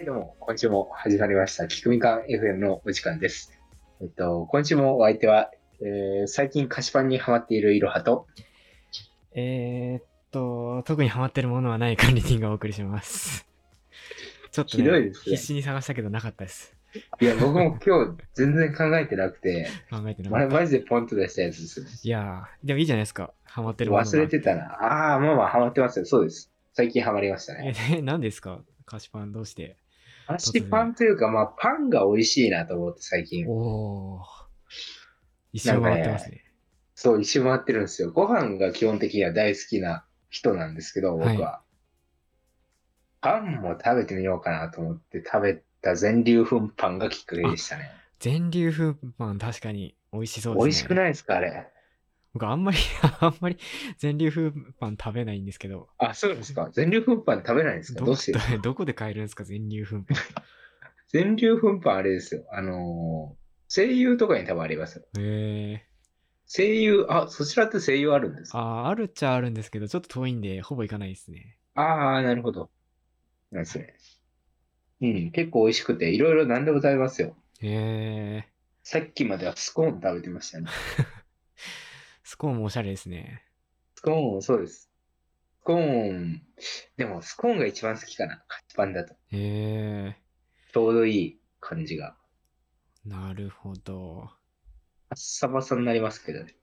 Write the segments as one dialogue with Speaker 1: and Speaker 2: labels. Speaker 1: い、どうも、今週も始まりました、キクミカン FM のお時間です。えっと、今週もお相手は、えー、最近菓子パンにハマっているいろはと、
Speaker 2: えー、っと、特にハマってるものはない管理人がお送りします。 ちょっと、ね、
Speaker 1: ひどいです、
Speaker 2: ね、必死に探したけどなかったです。
Speaker 1: いや、僕も今日全然考えてなく て、
Speaker 2: 考えてなか
Speaker 1: マジでポンと出したやつですよ。
Speaker 2: いやー、でもいいじゃないですか、ハマってる
Speaker 1: もの忘れてたな。ああ、まあまあハマってますよ、そうです。最近ハマりましたね。
Speaker 2: え、何ですか菓子パンどうして
Speaker 1: 菓子パンというか、まあ、パンが美味しいなと思って、最近。
Speaker 2: おお。一周回ってますね。
Speaker 1: そう、一周回ってるんですよ。ご飯が基本的には大好きな人なんですけど、僕は。はい、パンも食べてみようかなと思って、食べた全粒粉パンがきっかけでしたね。
Speaker 2: 全粒粉パン、確かに美味しそうですね。
Speaker 1: 美味しくないですか、あれ。
Speaker 2: 僕、あんまり あんまり全粒粉パン食べないんですけど。
Speaker 1: あ、そうですか。全粒粉パン食べないんですかどうして
Speaker 2: どこで買えるんですか全粒粉パン。
Speaker 1: 全粒粉パンあれですよ。あのー、声優とかに多分ありますよ。
Speaker 2: へえ。
Speaker 1: 声優、あ、そちらって声優あるんですか
Speaker 2: ああるっちゃあるんですけど、ちょっと遠いんで、ほぼ行かないですね。
Speaker 1: ああ、なるほど。なんですね。うん、結構美味しくて、いろいろ何でも食べますよ。
Speaker 2: へえ。
Speaker 1: さっきまではスコーン食べてましたね。
Speaker 2: スコーンもおしゃれですね。
Speaker 1: スコーン、そうです。スコーン、でもスコーンが一番好きかな。菓子パンだと。
Speaker 2: へえ。
Speaker 1: ちょうどいい感じが。
Speaker 2: なるほど。
Speaker 1: あっさばさになりますけどね。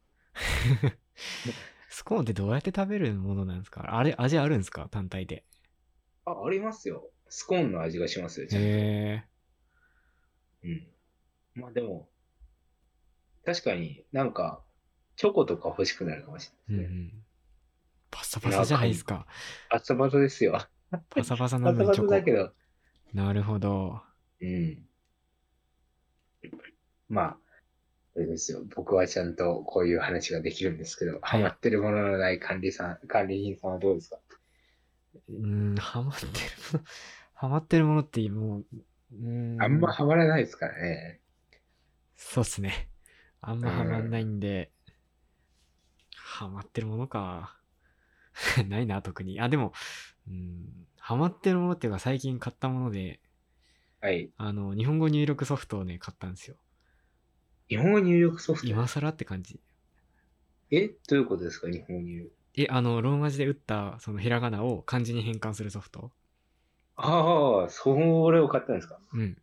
Speaker 2: スコーンってどうやって食べるものなんですかあれ、味あるんですか単体で。
Speaker 1: あ、ありますよ。スコーンの味がしますよ。
Speaker 2: へ
Speaker 1: え。うん。まあでも、確かになんか、チョコとか欲しくなるかもしれないですね。うん、
Speaker 2: パサパサじゃないですか。
Speaker 1: パサパサですよ。
Speaker 2: パサパサなのにチョコ。パサパサだけど。なるほど。
Speaker 1: うん。まあ、それですよ。僕はちゃんとこういう話ができるんですけど、はい、ハマってるもののない管理さん、管理人さんはどうですか
Speaker 2: うん、ハマってるもの、ハマってるものってもう、
Speaker 1: うん。あんまハマらないですからね。
Speaker 2: そうっすね。あんまハマんないんで、うんハマってるものか。 ないな、特に。あ、でも、うん、ハマってるものっていうか、最近買ったもので、
Speaker 1: はい。
Speaker 2: あの、日本語入力ソフトをね、買ったんですよ。
Speaker 1: 日本語入力ソフト
Speaker 2: 今更って感じ。
Speaker 1: えどういうことですか、日本語入力。
Speaker 2: え、あの、ローマ字で打った、そのひらがなを漢字に変換するソフト。
Speaker 1: ああ、それを買ったんですか。
Speaker 2: うん。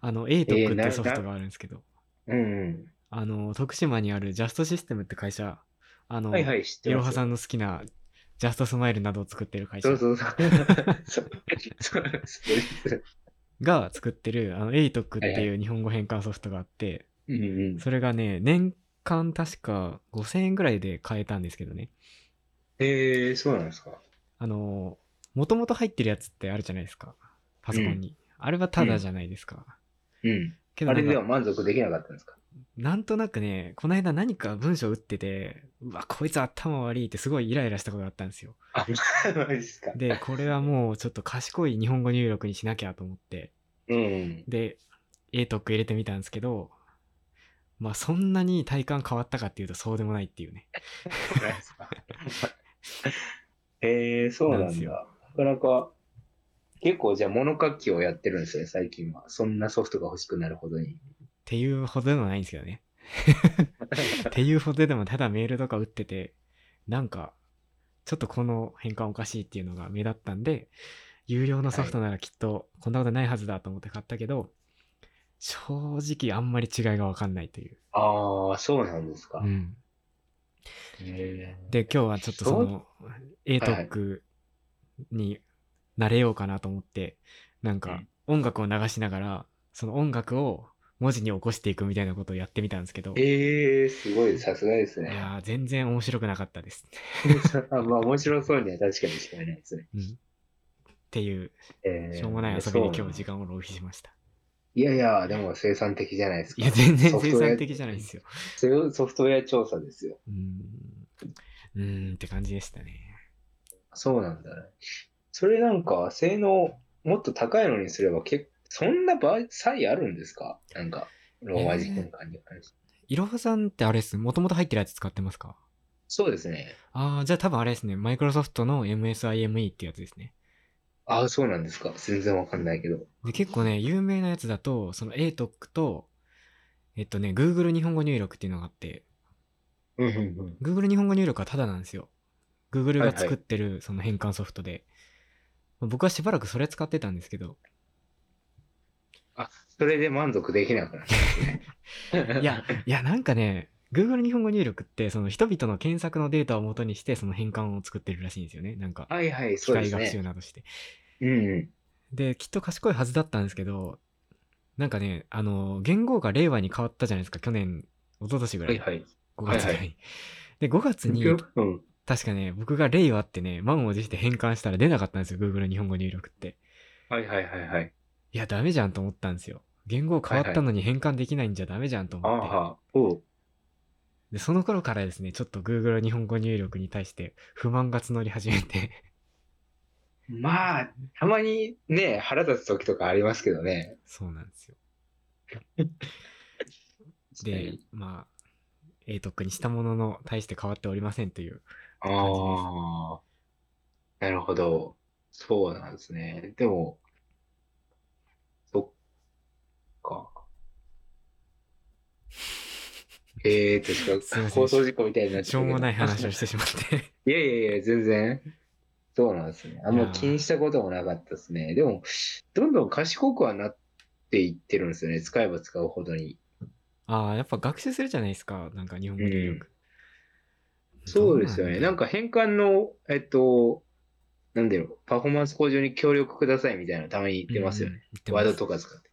Speaker 2: あの、A とクってソフトがあるんですけど。
Speaker 1: えー、うん。
Speaker 2: あの、徳島にあるジャストシステムって会社、あの、
Speaker 1: はいはい、い
Speaker 2: ろはさんの好きなジャストスマイルなどを作ってる会社。
Speaker 1: そうそうそう。
Speaker 2: が作ってる、あの、ATOC っていう日本語変換ソフトがあって、
Speaker 1: はいはい、
Speaker 2: それがね、年間確か5000円ぐらいで買えたんですけどね。
Speaker 1: えー、そうなんですか。
Speaker 2: あの、もともと入ってるやつってあるじゃないですか。パソコンに。うん、あれはタダじゃないですか。
Speaker 1: うん。うん、けどあれでは満足できなかったんですか
Speaker 2: なんとなくね、この間何か文章打ってて、うわ、こいつ頭悪いってすごいイライラしたことがあったんですよ。
Speaker 1: あ、マジですか。
Speaker 2: で、これはもうちょっと賢い日本語入力にしなきゃと思って、
Speaker 1: うん、
Speaker 2: で、A トック入れてみたんですけど、まあそんなに体感変わったかっていうとそうでもないっていうね。
Speaker 1: へえー、そうなんですよ。なかなか、結構じゃあ物書きをやってるんですよね、最近は。そんなソフトが欲しくなるほどに。
Speaker 2: っていうほどでもないんですけど ねっていうほどでもただメールとか打ってて、なんか、ちょっとこの変換おかしいっていうのが目立ったんで、有料のソフトならきっとこんなことないはずだと思って買ったけど、正直あんまり違いがわかんないという。
Speaker 1: ああ、そうなんですか。
Speaker 2: うん。で、今日はちょっとその、ATOC になれようかなと思って、なんか音楽を流しながら、その音楽を文字に起こしていくみたいなことをやってみたんですけど。
Speaker 1: ええー、すごい、さすがですね。
Speaker 2: いや全然面白くなかったです。
Speaker 1: まあ、面白そうには確かにしかないですね。
Speaker 2: うん。っていう、えー、しょうもない遊びに今日時間を浪費しました。
Speaker 1: いやいや、でも生産的じゃないですか。
Speaker 2: いや、全然生産的じゃないですよ。
Speaker 1: ソフトウェア調査ですよ。
Speaker 2: うん。うんって感じでしたね。
Speaker 1: そうなんだね。それなんか、性能、もっと高いのにすれば結構、そんな場合、差異あるんですかなんか、ローマ字変換に関して。
Speaker 2: いろはさんってあれです。もともと入ってるやつ使ってますか
Speaker 1: そうですね。
Speaker 2: ああ、じゃあ多分あれですね。マイクロソフトの MSIME ってやつですね。
Speaker 1: ああ、そうなんですか。全然わかんないけど。
Speaker 2: で結構ね有名なやつだとその ATOC とえっとね Google 日本語入力っていうのがあって
Speaker 1: うんうんうん。
Speaker 2: Google 日本語入力はタダなんですよ Google
Speaker 1: はい
Speaker 2: が
Speaker 1: はい
Speaker 2: 作ってるその変換ソフトで、まあ僕はしばらくそれ使ってたんですけど
Speaker 1: それで満足できなくなったん ですね。
Speaker 2: いやいやなんかね Google 日本語入力ってその人々の検索のデータを元にしてその変換を作ってるらしいんですよねなんか
Speaker 1: はいはい、
Speaker 2: 機
Speaker 1: そうで
Speaker 2: 械
Speaker 1: す
Speaker 2: 学習
Speaker 1: ね。
Speaker 2: などして
Speaker 1: うんうん。
Speaker 2: できっと賢いはずだったんですけどなんかねあの元号が令和に変わったじゃないですか去年一昨年ぐら
Speaker 1: はい
Speaker 2: い、
Speaker 1: はい。
Speaker 2: 5月ぐらい、
Speaker 1: はいは
Speaker 2: で5月に
Speaker 1: うん。
Speaker 2: 確かね僕が令和ってね満を持して変換したら出なかったんですよ Google 日本語入力って
Speaker 1: はいはいはいはい。
Speaker 2: いやダメじゃんと思ったんですよ言語変わったのに変換できないんじゃダメじゃんと思
Speaker 1: あ
Speaker 2: って、
Speaker 1: あ、おう。
Speaker 2: でその頃からですねちょっと Google 日本語入力に対して不満が募り始めて
Speaker 1: まあ、たまにね、腹立つ時とかありますけどね。
Speaker 2: そうなんですよでまあ A 特にしたものの対して変わっておりませんという
Speaker 1: ああ、なるほど。そうなんですね。でも、そっか。ええー、
Speaker 2: すい
Speaker 1: 確
Speaker 2: ま
Speaker 1: か、
Speaker 2: せん
Speaker 1: 放送事故みたいになっちゃったけど
Speaker 2: しょうもない話をしてしまって
Speaker 1: いやいやいや、全然。そうなんですね。あん
Speaker 2: い
Speaker 1: ま
Speaker 2: やー
Speaker 1: 気にしたこともなかったですね。でも、どんどん賢くはなっていってるんですよね。使えば使うほどに。
Speaker 2: ああやっぱ学習するじゃないですかなんか日本語入力、
Speaker 1: そうですよね。なん
Speaker 2: か
Speaker 1: か変換の、えっと、なんだろう、パフォーマンス向上に協力くださいみたいなのために言ってますよね。。
Speaker 2: 言ってま
Speaker 1: ワ
Speaker 2: す
Speaker 1: ードとか使って。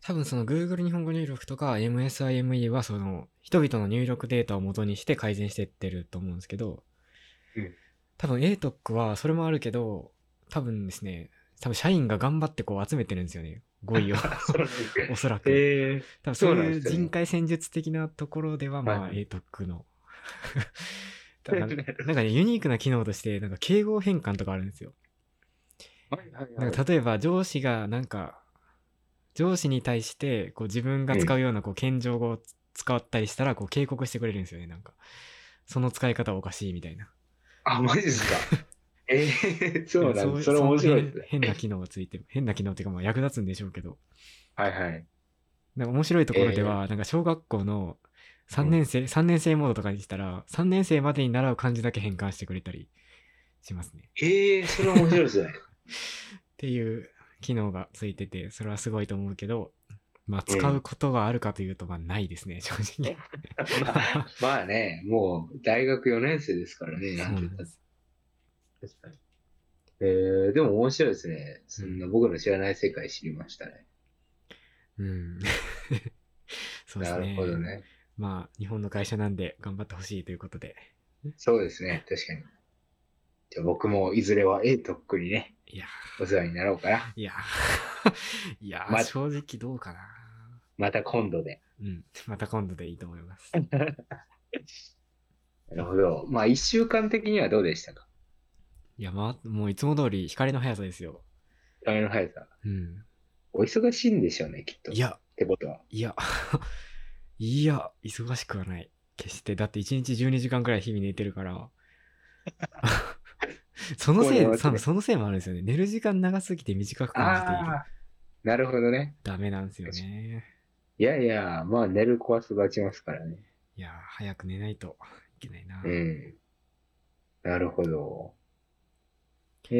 Speaker 2: 多分その Google 日本語入力とか MSIME はその人々の入力データを元にして改善してってると思うんですけど、
Speaker 1: うん
Speaker 2: 多分 ATOC はそれもあるけど多分ですね多分社員が頑張ってこう集めてるんですよね 語彙を
Speaker 1: そうなんです
Speaker 2: お
Speaker 1: ね
Speaker 2: そらく、
Speaker 1: え
Speaker 2: 多分そ
Speaker 1: そ
Speaker 2: う
Speaker 1: うなんで
Speaker 2: いう
Speaker 1: すよね
Speaker 2: 人海戦術的なところではまあ
Speaker 1: はい
Speaker 2: ATOC の だからなんかねユニークな機能としてなんか敬語変換とかあるんですよ
Speaker 1: ーはいはいは
Speaker 2: ないんか例えば上司がなんか上司に対してこう自分が使うようなこう謙譲語をつ使ったりしたらこう警告してくれるんですよねなんかその使い方はおかしいみたいな
Speaker 1: あ、マジです か。えー、そうなんです。そ
Speaker 2: い
Speaker 1: れ面白い
Speaker 2: そ
Speaker 1: で
Speaker 2: の
Speaker 1: す
Speaker 2: 変
Speaker 1: ね。
Speaker 2: 変な機能がついてる変な機能っていうかまあ役立つんでしょうけど
Speaker 1: はいはい。
Speaker 2: なんか面白いところではなんか小学校の3年生、3年生モードとかにしたら3年生までに習う漢字だけ変換してくれたりしますね
Speaker 1: えー、それ面白いですね。
Speaker 2: っていう機能がついててそれはすごいと思うけどまあ使うことがあるかというとまあないですね、正 直
Speaker 1: まあね、もう大学4年生ですからね、
Speaker 2: そ
Speaker 1: な
Speaker 2: うんな
Speaker 1: て言
Speaker 2: ん
Speaker 1: った
Speaker 2: で
Speaker 1: って
Speaker 2: す
Speaker 1: 確かに。えー、でも面白いですね。そんな僕の知らない世界知りましたね。
Speaker 2: うん そうです
Speaker 1: な
Speaker 2: ね
Speaker 1: るほどね。
Speaker 2: まあ日本の会社なんで頑張ってほしいということで
Speaker 1: そうですね、確かに。じゃあ僕もいずれは A とっくにね、
Speaker 2: いや
Speaker 1: お世話になろうかな。
Speaker 2: いや いや、
Speaker 1: ま
Speaker 2: 正直どうかな
Speaker 1: また今度で。
Speaker 2: うんまた今度でいいと思います
Speaker 1: なるほど。まあ1週間的にはどうでしたか
Speaker 2: いやまあもういつも通り光の速さですよ
Speaker 1: 雨の速さ。
Speaker 2: うん
Speaker 1: お忙しいんでしょうね、きっと。
Speaker 2: い
Speaker 1: っ
Speaker 2: や
Speaker 1: てことは。
Speaker 2: いや いや忙しくはない決してだって1日12時間くらい日々寝てるから そのせ
Speaker 1: こういうわけ
Speaker 2: い
Speaker 1: で
Speaker 2: 多分そのせいもあるんですよね寝る時間長すぎて短く感じている
Speaker 1: ああ、なるほどね。
Speaker 2: ダメなんですよね
Speaker 1: いやいや、まあ寝る子は育ちますからね。
Speaker 2: いやー早く寝ないといけないな、
Speaker 1: うん。なるほど。え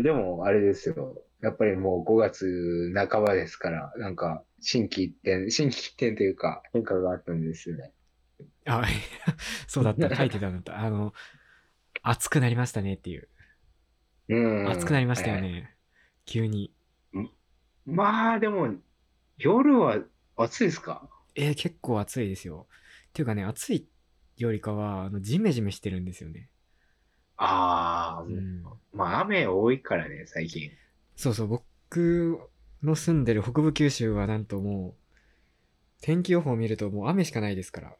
Speaker 1: ー、でもあれですよ。やっぱりもう5月半ばですから、なんか新規一転、新規一転というか変化があったんですよね。
Speaker 2: あ そうだった書いてたんだったあの暑くなりましたねっていう
Speaker 1: うん。
Speaker 2: 暑くなりましたよ
Speaker 1: はい
Speaker 2: ね、
Speaker 1: はい。
Speaker 2: 急に
Speaker 1: まあでも、夜は暑いですか
Speaker 2: えー結構暑いですよっていうかね暑いよりかはあのジメジメしてるんですよね、
Speaker 1: ああ、
Speaker 2: うん、
Speaker 1: まあ雨多いからね、最近。
Speaker 2: そうそう、僕の住んでる北部九州はなんともう、天気予報を見るともう雨しかないですから、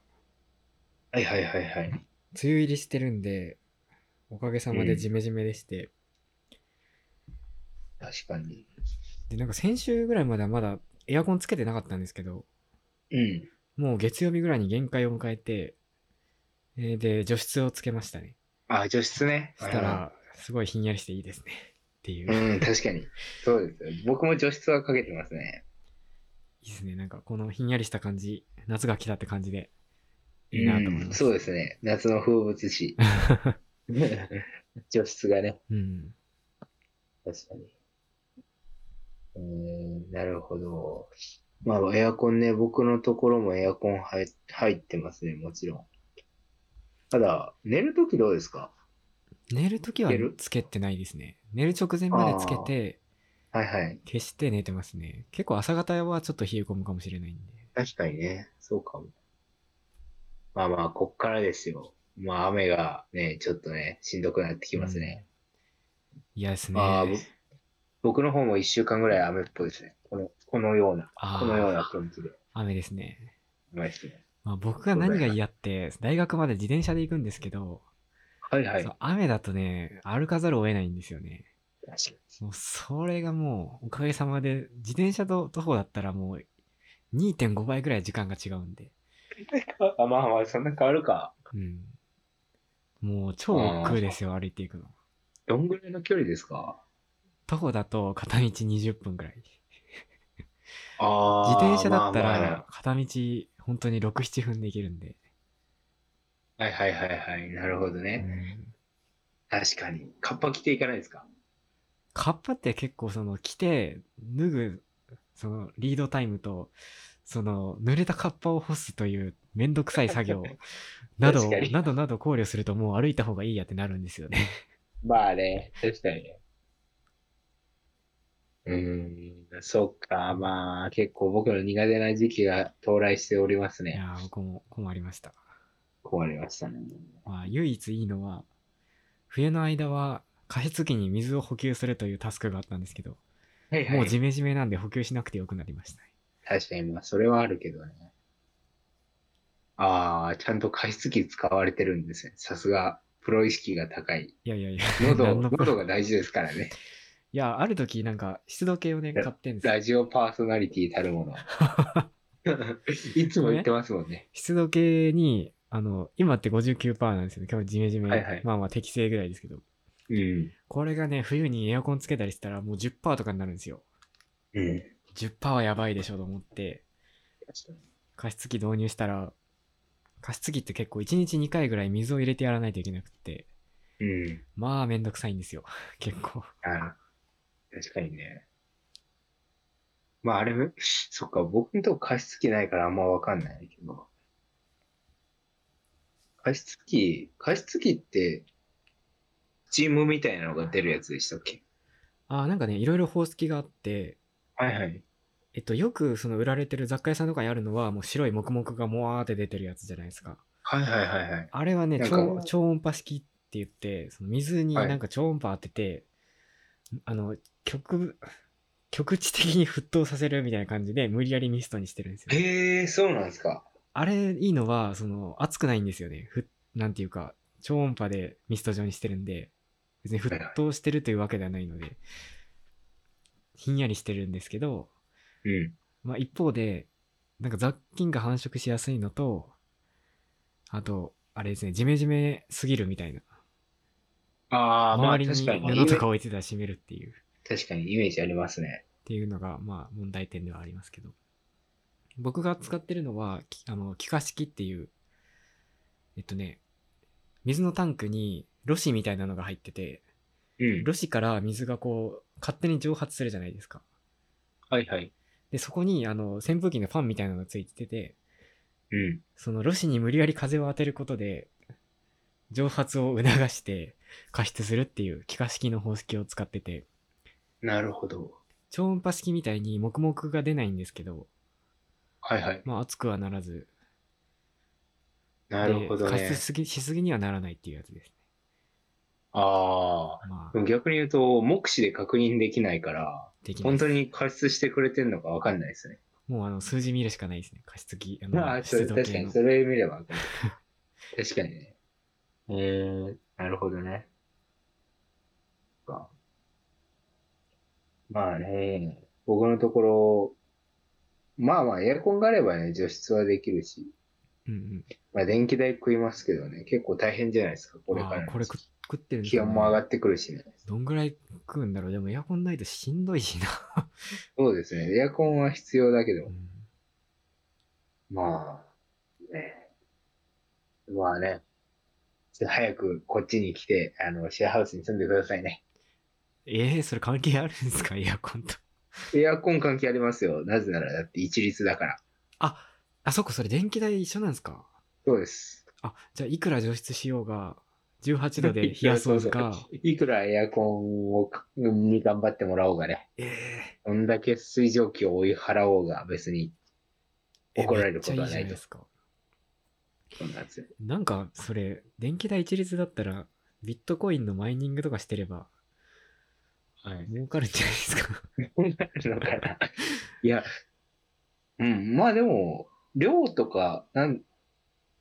Speaker 1: はいはいはいはい。
Speaker 2: 梅雨入りしてるんで、おかげさま
Speaker 1: う
Speaker 2: で
Speaker 1: ん
Speaker 2: ジメジメでして、
Speaker 1: 確かに。
Speaker 2: で、なんか先週ぐらいまではまだエアコンつけてなかったんですけど、
Speaker 1: うん。
Speaker 2: もう月曜日ぐらいに限界を迎えて、えーで、除湿をつけましたね。
Speaker 1: あ、除湿ね。
Speaker 2: そしたら、すごいひんやりしていいですね。っていう。
Speaker 1: うん、確かに。そうですよ。僕も除湿はかけてますね。
Speaker 2: いいですね。なんかこのひんやりした感じ、夏が来たって感じで、 いいなと思います。
Speaker 1: うんそうですね。夏の風物 詩。除湿がね、
Speaker 2: うん。
Speaker 1: 確かに。えー、なるほど。まあ、エアコンね、僕のところもエアコン入入ってますね、もちろん。ただ、寝るときどうですか
Speaker 2: 寝るときは
Speaker 1: 寝る
Speaker 2: つけてないですね。寝る直前までつけて、
Speaker 1: はいはい。
Speaker 2: 消して寝てますね。結構朝方はちょっと冷え込むかもしれないんで。
Speaker 1: 確かにね、そうかも。まあまあ、こっからですよ。まあ、雨がね、ちょっとね、しんどくなってきますね。
Speaker 2: うん。嫌ですね。
Speaker 1: まあ、ぼ僕の方も一週間ぐらい雨っぽいですね。このこのような、
Speaker 2: あー
Speaker 1: このような天気で。
Speaker 2: 雨ですね。
Speaker 1: 雨ですね
Speaker 2: まあ、僕が何が嫌って、大学まで自転車で行くんですけど、
Speaker 1: はいはい。
Speaker 2: そう
Speaker 1: 確
Speaker 2: 雨だとね、歩かざるを得ないんですよね。
Speaker 1: かに
Speaker 2: もうそれがもう、おかげさまで、自転車と徒歩だったらもう、2.5倍ぐらい時間が違うんで。
Speaker 1: あ、まあまあ、そんな変わるか。
Speaker 2: うん。もう超億劫ですよ、歩いていくの。
Speaker 1: どんぐらいの距離ですか
Speaker 2: 徒歩だと片道20分ぐらい。
Speaker 1: あ
Speaker 2: 自
Speaker 1: あ。
Speaker 2: 転車だった
Speaker 1: まあまあま
Speaker 2: ら片道本当に6、7分で行けるんで。
Speaker 1: あはいはいはいはい。なるほど
Speaker 2: う
Speaker 1: ね。
Speaker 2: ん
Speaker 1: 確かに。カッパ着ていかないですか
Speaker 2: カッパって結構その着て脱ぐそのリードタイムとその濡れたカッパを干すというめんどくさい 作業など
Speaker 1: 確かに
Speaker 2: などなど考慮するともう歩いた方がいいやってなるんで すよね。
Speaker 1: まあね、確かにね。うーん、そっか。まあ、結構僕の苦手な時期が到来しております
Speaker 2: い
Speaker 1: ね。
Speaker 2: やー僕も困りました。
Speaker 1: 困りましたね。
Speaker 2: まあ唯一いいのは冬の間は加湿器に水を補給するというタスクがあったんですけど、
Speaker 1: はいはい。
Speaker 2: もうジメジメなんで補給しなくてよくなりました、ね。
Speaker 1: 確かに、まあ、それはあるけどね。ああ、ちゃんと加湿器使われてるんですね。さすが、プロ意識が高 い。
Speaker 2: いやいやいや、
Speaker 1: 喉、
Speaker 2: 何のプロ
Speaker 1: 喉が大事ですからね。
Speaker 2: いや、ある時なんか湿度計をね、
Speaker 1: いや
Speaker 2: 買ってんですよ。
Speaker 1: ラジオパーソナリティたるもの。 いつも言ってますもんね。
Speaker 2: 湿度計に、あの、今って59%なんですけど、今日ジメジメ、
Speaker 1: はいはい
Speaker 2: まあまあ適正ぐらいですけど、
Speaker 1: うん。
Speaker 2: これがね、冬にエアコンつけたりしたらもう10%とかになるんですよ。
Speaker 1: うん。
Speaker 2: 10%はやばいでしょと思って、加湿器導入したら、加湿器って結構1日2回ぐらい水を入れてやらないといけなくって、
Speaker 1: うん。
Speaker 2: まあめんどくさいんですよ。 結構。
Speaker 1: あ確かにね。まあ、あれ、そっか、僕んとこ加湿器ないからあんまわかんないけど。加湿器、加湿器って、スチームみたいなのが出るやつでしたっけ
Speaker 2: ああ、なんかね、いろいろ方式があって、
Speaker 1: はいはい。
Speaker 2: えっと、よくその売られてる雑貨屋さんとかにあるのは、もう白い黙々がもわーって出てるやつじゃないですか。
Speaker 1: はいはいはいはい。
Speaker 2: あれはね
Speaker 1: なんか
Speaker 2: 超、超音波式って言って、その水に
Speaker 1: はい
Speaker 2: なんか超音波当てて、あの、極、局地的に沸騰させるみたいな感じで、無理やりミストにしてるんですよ。
Speaker 1: へえ、そうなんですか。
Speaker 2: あれ、いいのは、その、熱くないんですよね。ふなんていうか、超音波でミスト状にしてるんで、別に沸騰してるというわけではないので、ひんやりしてるんですけど、
Speaker 1: うん。
Speaker 2: まあ、一方で、なんか雑菌が繁殖しやすいのと、あと、あれですね、ジメジメすぎるみたいな。
Speaker 1: ああ、まあ
Speaker 2: 周り
Speaker 1: 確か
Speaker 2: に
Speaker 1: にね、
Speaker 2: 物とか置いてたら閉めるっていう、っ
Speaker 1: 確かにイメージありますね。
Speaker 2: ていうのが、まあ問題点ではありますけど。僕が使ってるのは、きあの、気化式っていう、えっとね、水のタンクに露子みたいなのが入ってて、
Speaker 1: うん。
Speaker 2: 露子から水がこう、勝手に蒸発するじゃないですか。
Speaker 1: はいはい。
Speaker 2: で、そこに、あの、扇風機のファンみたいなのがついてて、
Speaker 1: うん。
Speaker 2: その露子に無理やり風を当てることで、蒸発を促して加湿するっていう気化式の方式を使ってて、
Speaker 1: なるほど。
Speaker 2: 超音波式みたいに黙々が出ないんですけど、
Speaker 1: はいはい。
Speaker 2: まあ熱くはならず、
Speaker 1: なるほど
Speaker 2: で加
Speaker 1: ね
Speaker 2: 湿。すぎしすぎにはならないっていうやつですね。
Speaker 1: ああ。
Speaker 2: ま
Speaker 1: で
Speaker 2: あ、
Speaker 1: も逆に言うと、目視で確認できないから、
Speaker 2: できない
Speaker 1: 本
Speaker 2: で
Speaker 1: 当
Speaker 2: す
Speaker 1: に加湿してくれてるのかわかんないですね。
Speaker 2: もうあの数字見るしかないですね。加湿器、あ
Speaker 1: まあ、
Speaker 2: の、
Speaker 1: それ
Speaker 2: 湿度
Speaker 1: 確か
Speaker 2: 計
Speaker 1: に、
Speaker 2: の
Speaker 1: そ。れ見ればわかんない 確かにね。えー、なるほどね。そっかまあね、僕のところ、まあまあ、エアコンがあればね、除湿はできるし、
Speaker 2: うんうん。
Speaker 1: まあ、電気代食いますけどね、結構大変じゃないですか、これか
Speaker 2: ま
Speaker 1: ら
Speaker 2: あ
Speaker 1: の。
Speaker 2: これ食食ってるんです
Speaker 1: 気
Speaker 2: かね
Speaker 1: 温も上がってくるしね。
Speaker 2: どんぐらい食うんだろうでもエアコンないとしんどいしな。
Speaker 1: そうですね。エアコンは必要だけど
Speaker 2: う、ん
Speaker 1: まあ、ね。まあね。ちょっと早くこっちに来て、あの、シェアハウスに住んでくださいね。
Speaker 2: ええそれ関係あるんですか エアコンと。
Speaker 1: エアコン関係ありますよ。なぜならだって一律だから。
Speaker 2: あ、そっか、それ電気代一緒なんですか
Speaker 1: そうです。
Speaker 2: あ、じゃあいくら除湿しようが、18度で冷やそう
Speaker 1: そう
Speaker 2: が
Speaker 1: そ、う いくらエアコンをか、に頑張ってもらおうがね。
Speaker 2: ええ
Speaker 1: どんだけ水蒸気を追い払おうが別に
Speaker 2: え
Speaker 1: 怒られること
Speaker 2: めっ
Speaker 1: は
Speaker 2: ちゃ
Speaker 1: ないい
Speaker 2: いじゃない
Speaker 1: と
Speaker 2: ですか。
Speaker 1: そんなんですよ。
Speaker 2: なんか、それ、電気代一律だったら、ビットコインのマイニングとかしてれば、
Speaker 1: はい。
Speaker 2: 儲かるんじゃないですか。
Speaker 1: な るのかな。いや、うん、まあでも、寮とか、なん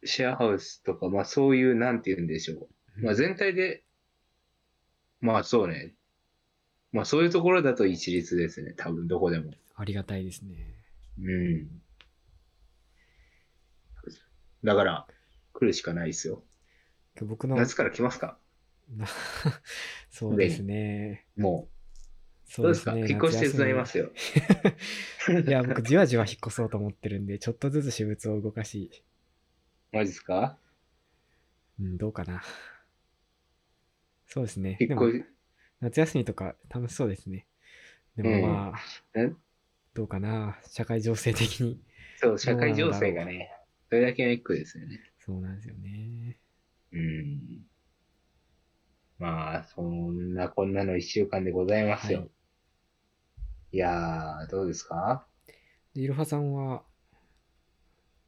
Speaker 1: シェアハウスとか、まあそういう、なんて言うんでしょう。まあ全体で、まあそうね。まあそういうところだと一律ですね。多分どこでも。
Speaker 2: ありがたいですね。
Speaker 1: うん。だから、来るしかないですよ。
Speaker 2: 僕の、
Speaker 1: 夏から来ますか
Speaker 2: な そうですね。
Speaker 1: もう。
Speaker 2: そ。
Speaker 1: どうですか引っ越し手伝いますす よ。
Speaker 2: いや、僕、じわじわ引っ越そうと思ってるんで、ちょっとずつ私物を動かし、
Speaker 1: マジですか
Speaker 2: うん、どうかな。そうですね。
Speaker 1: 引
Speaker 2: で
Speaker 1: っ
Speaker 2: も
Speaker 1: 越、し、
Speaker 2: 夏休みとか楽しそうですね。で
Speaker 1: うん
Speaker 2: もまあ、
Speaker 1: え
Speaker 2: どうかな。社会情勢的に。
Speaker 1: そう、社会情勢がね、それだけネックですよね。
Speaker 2: そうなんですよね。
Speaker 1: うん。まあ、そんなこんなの一週間でございますよ。、
Speaker 2: はい
Speaker 1: やー、どうですか
Speaker 2: でいろはさんは、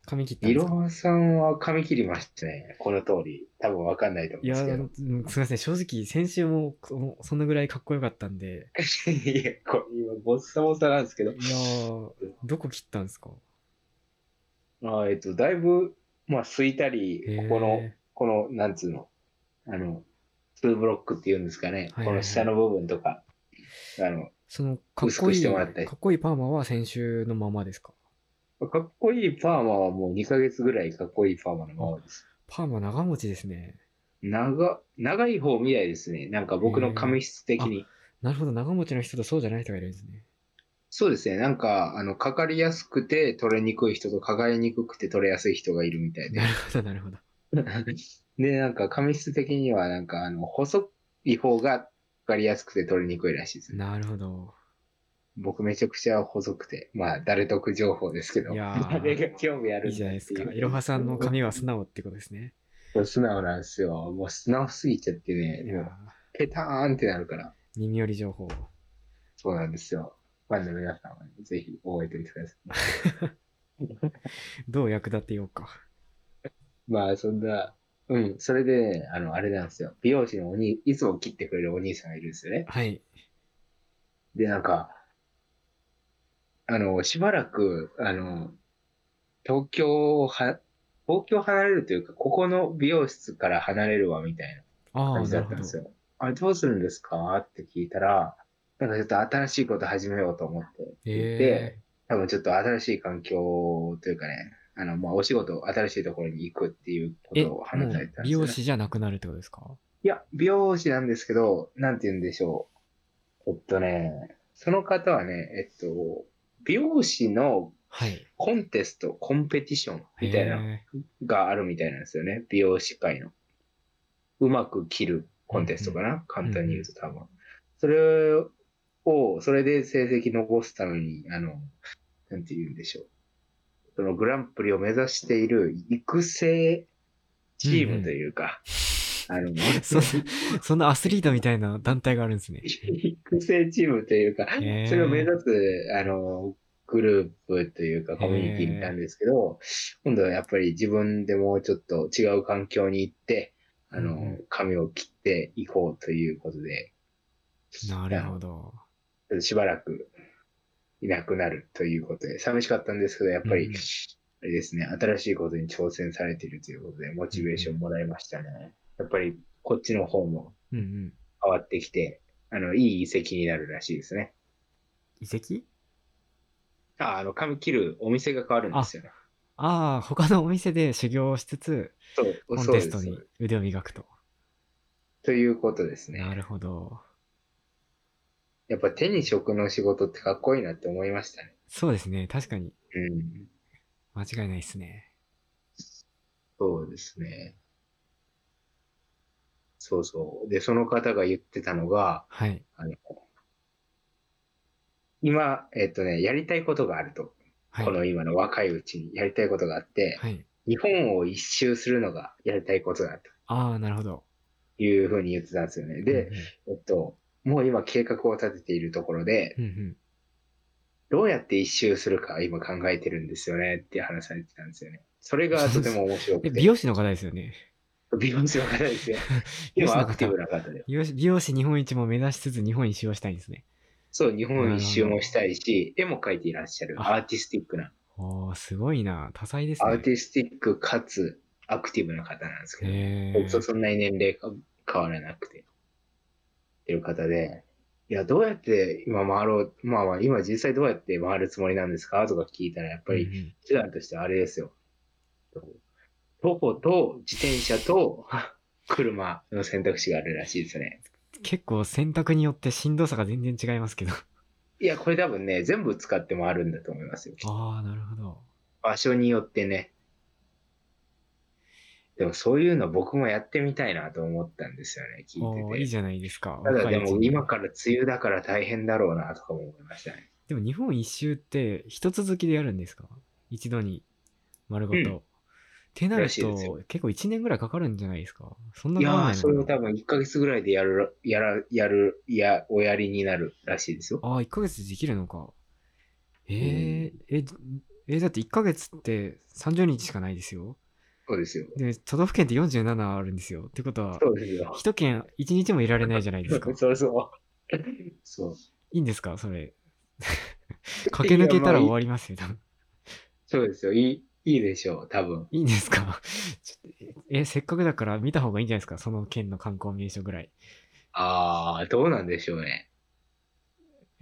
Speaker 2: 髪切ったん
Speaker 1: い
Speaker 2: です
Speaker 1: ろ
Speaker 2: か
Speaker 1: はさんは髪切りましたね。この通り。多分わかんないと思うん
Speaker 2: い
Speaker 1: で
Speaker 2: や、
Speaker 1: すけ
Speaker 2: うんすみません。正直、先週もそそんなぐらいかっこよかったん で、
Speaker 1: ど。 いや、これ今、ボッサボサなんですけ
Speaker 2: い
Speaker 1: ど
Speaker 2: や。ー、どこ切ったんですか
Speaker 1: まあ、えっと、だいぶ、まあ、すいたり、ここの、
Speaker 2: へ
Speaker 1: この、なんつうの、あの、ツーブロックっていうんですかね。
Speaker 2: はいはいはい
Speaker 1: この下の部分とか、あの、
Speaker 2: ーその、かっ
Speaker 1: 薄
Speaker 2: こ
Speaker 1: く
Speaker 2: い
Speaker 1: し
Speaker 2: い、
Speaker 1: ても
Speaker 2: から
Speaker 1: ったり
Speaker 2: っこいいパーマは先週のままですか
Speaker 1: かっこいいパーマはもう2ヶ月ぐらいかっこいいパーマのままです。
Speaker 2: パーマ長持ちですね。
Speaker 1: 長、長い方みたいですね。なんか僕の髪質的に。
Speaker 2: なるほど、長持ちの人とそうじゃない人がいるんですね。
Speaker 1: そうですね。なんか、あの、かかりやすくて取れにくい人と、かかりにくくて取れやすい人がいるみたいで
Speaker 2: な。るほど、なるほど。
Speaker 1: で、なんか髪質的には、なんか、あの、細い方がかかりやすくて取れにくいらしいですね。
Speaker 2: なるほど。
Speaker 1: 僕めちゃくちゃ細くて、まあ、誰得情報ですけど、
Speaker 2: いやー
Speaker 1: 誰が興味ある
Speaker 2: いいじゃないですか。いろ
Speaker 1: は
Speaker 2: はさんの髪は素直ってことですね。
Speaker 1: 素直なんですよ。もう素直すぎちゃってね、
Speaker 2: い
Speaker 1: も
Speaker 2: や
Speaker 1: うペターンってなるから。
Speaker 2: ー耳寄り情報。
Speaker 1: そうなんですよ。ファンの皆さんはね、ぜひ覚えておいてください。
Speaker 2: どう役立てようか。
Speaker 1: まあ、そんな、うん、それで、ね、あの、あれなんですよ。美容師のおに、いつも切ってくれるお兄さんがいるんですよね。
Speaker 2: はい。
Speaker 1: で、なんか、あの、しばらく、あの、東京をは、東京離れるというか、ここの美容室から離れるわ、みたい
Speaker 2: あ
Speaker 1: な
Speaker 2: あ、
Speaker 1: 感じ
Speaker 2: な
Speaker 1: だ
Speaker 2: る
Speaker 1: った
Speaker 2: ほ
Speaker 1: ん
Speaker 2: ど
Speaker 1: で。すよ。あれ、どうするんですかって聞いたら、なんかちょっと新しいこと始めようと思って。
Speaker 2: ええ
Speaker 1: 多分ちょっと新しい環境というかね、あの、まあ、お仕事、新しいところに行くっていうこ
Speaker 2: え、
Speaker 1: とを
Speaker 2: も
Speaker 1: 話され
Speaker 2: う
Speaker 1: てたん
Speaker 2: 美
Speaker 1: ですよ、
Speaker 2: 容
Speaker 1: ね。
Speaker 2: 師じゃなくなるってことですか
Speaker 1: いや、美容師なんですけど、なんて言うんでしょう。えっとね、その方はね、えっと、美容師の
Speaker 2: はい。
Speaker 1: コンテスト、コンペティションみたいなの
Speaker 2: へ
Speaker 1: があるみたいなんですよね。美容師界の。うまく切るコンテストかな、簡単に言うと多分。それを、それで成績残すために、あの、なんて言うんでしょう。そのグランプリを目指している育成チームというか、あの、
Speaker 2: えそんなそんなアスリートみたいな団体があるんですね。
Speaker 1: 育成チームというか、
Speaker 2: へー
Speaker 1: それを目指す、あの、グループというか、コミュニティなんですけど、今度はやっぱり自分でもうちょっと違う環境に行って、あ
Speaker 2: うんう
Speaker 1: の、髪を切っていこうということで、
Speaker 2: なるほど。
Speaker 1: しばらくいなくなるということで、寂しかったんですけど、やっぱり、
Speaker 2: うん
Speaker 1: あれですね、新しいことに挑戦されているということで、モチベーションもらいましたね。やっぱり、こっちの方も
Speaker 2: うんうん。
Speaker 1: 変わってきて、あの、いい遺跡になるらしいですね。
Speaker 2: 遺跡
Speaker 1: あ、あの、髪切るお店が変わるんですよね。
Speaker 2: ああ、他のお店で修行をしつつ、
Speaker 1: そう、
Speaker 2: コン
Speaker 1: そう
Speaker 2: テ
Speaker 1: です
Speaker 2: スト
Speaker 1: そう
Speaker 2: に
Speaker 1: です
Speaker 2: 腕を磨くと。
Speaker 1: ということです
Speaker 2: な
Speaker 1: ね。
Speaker 2: るほど。
Speaker 1: やっぱ手に職の仕事ってかっこいいなって思いましたね。
Speaker 2: そうですね。確かに。
Speaker 1: うん。
Speaker 2: 間違いないですね。
Speaker 1: そうですね。そうそう。で、その方が言ってたのが、
Speaker 2: はい。
Speaker 1: あの今、えっとね、やりたいことがあると。
Speaker 2: はい。
Speaker 1: この今の若いうちにやりたいことがあって、
Speaker 2: はい。
Speaker 1: 日本を一周するのがやりたいことだ
Speaker 2: ああ、なるほど。
Speaker 1: というふうに言ってたんですよね。で、えっと、もう今計画を立てているところで、
Speaker 2: うんうん、うんうん。
Speaker 1: どうやって一周するか今考えてるんですよねっていう話されてたんですよね。それがとても面白
Speaker 2: え、
Speaker 1: くて。
Speaker 2: 美容師の方ですよね。
Speaker 1: 美容師の方ですよ。
Speaker 2: 美
Speaker 1: 今
Speaker 2: 容師の
Speaker 1: ア
Speaker 2: 方
Speaker 1: クティブな方で。
Speaker 2: 美容師美容師日本一も目指しつつ日本一周をしたいんですね。
Speaker 1: そう、日本一周もしたいし、絵も描いていらっしゃる
Speaker 2: あ
Speaker 1: アーティスティックな、
Speaker 2: おー、すごいな。多彩です
Speaker 1: アー
Speaker 2: ね。
Speaker 1: ティスティックかつアクティブな方なんですけど、
Speaker 2: へ
Speaker 1: 僕と
Speaker 2: ー
Speaker 1: そんなに年齢か変わらなくて、っていう方で、いや、どうやって今回ろう、まあまあ、今実際どうやって回るつもりなんですかとか聞いたら、やっぱ
Speaker 2: う
Speaker 1: り
Speaker 2: んうん
Speaker 1: 手段としてあれですよ。徒歩と自転車と 車の選択肢があるらしいですね。
Speaker 2: 結構選択によってしんどさが全然違いますけど。
Speaker 1: いや、これ多分ね、全部使って回るんだと思いますよ。
Speaker 2: ああ、なるほど。
Speaker 1: 場所によってね。でもそういうの僕もやってみたいなと思ったんですよね、 聞い
Speaker 2: おーい
Speaker 1: てて。
Speaker 2: いじゃないですか。
Speaker 1: ただ
Speaker 2: 若い
Speaker 1: で
Speaker 2: うち
Speaker 1: も
Speaker 2: に
Speaker 1: 今から梅雨だから大変だろうなとかも思いましたね。
Speaker 2: でも日本一周って一続きでやるんですか一度に丸ごと。
Speaker 1: うん
Speaker 2: ってなる
Speaker 1: らしい
Speaker 2: と
Speaker 1: ですよ
Speaker 2: 結構1年ぐらいかかるんじゃないですかそんないか
Speaker 1: や
Speaker 2: かんな
Speaker 1: ー、
Speaker 2: いの
Speaker 1: そ
Speaker 2: か
Speaker 1: れを
Speaker 2: な
Speaker 1: 多分1ヶ月ぐらいでやる、やら、やる、いや、おやりになるらしいですよ。
Speaker 2: ああ、1ヶ月でできるのか。えー、え、じえ、だって1ヶ月って30日しかないですよ。
Speaker 1: そうですよ。
Speaker 2: で、都道府県って47あるんですよ。ってことは、
Speaker 1: そうですよ。。
Speaker 2: 一県1日もいられないじゃないですか
Speaker 1: そうそう。そう。
Speaker 2: いいんですかそれ。 駆け抜けたら
Speaker 1: いやまあいい
Speaker 2: 終わりますよ、多 分。
Speaker 1: そうですよ。いい、いいでしょう、多分。
Speaker 2: いいんですか ちょっとえ、せっかくだから見た方がいいんじゃないですかその県の観光名所ぐらい。
Speaker 1: あー、どうなんでしょうね。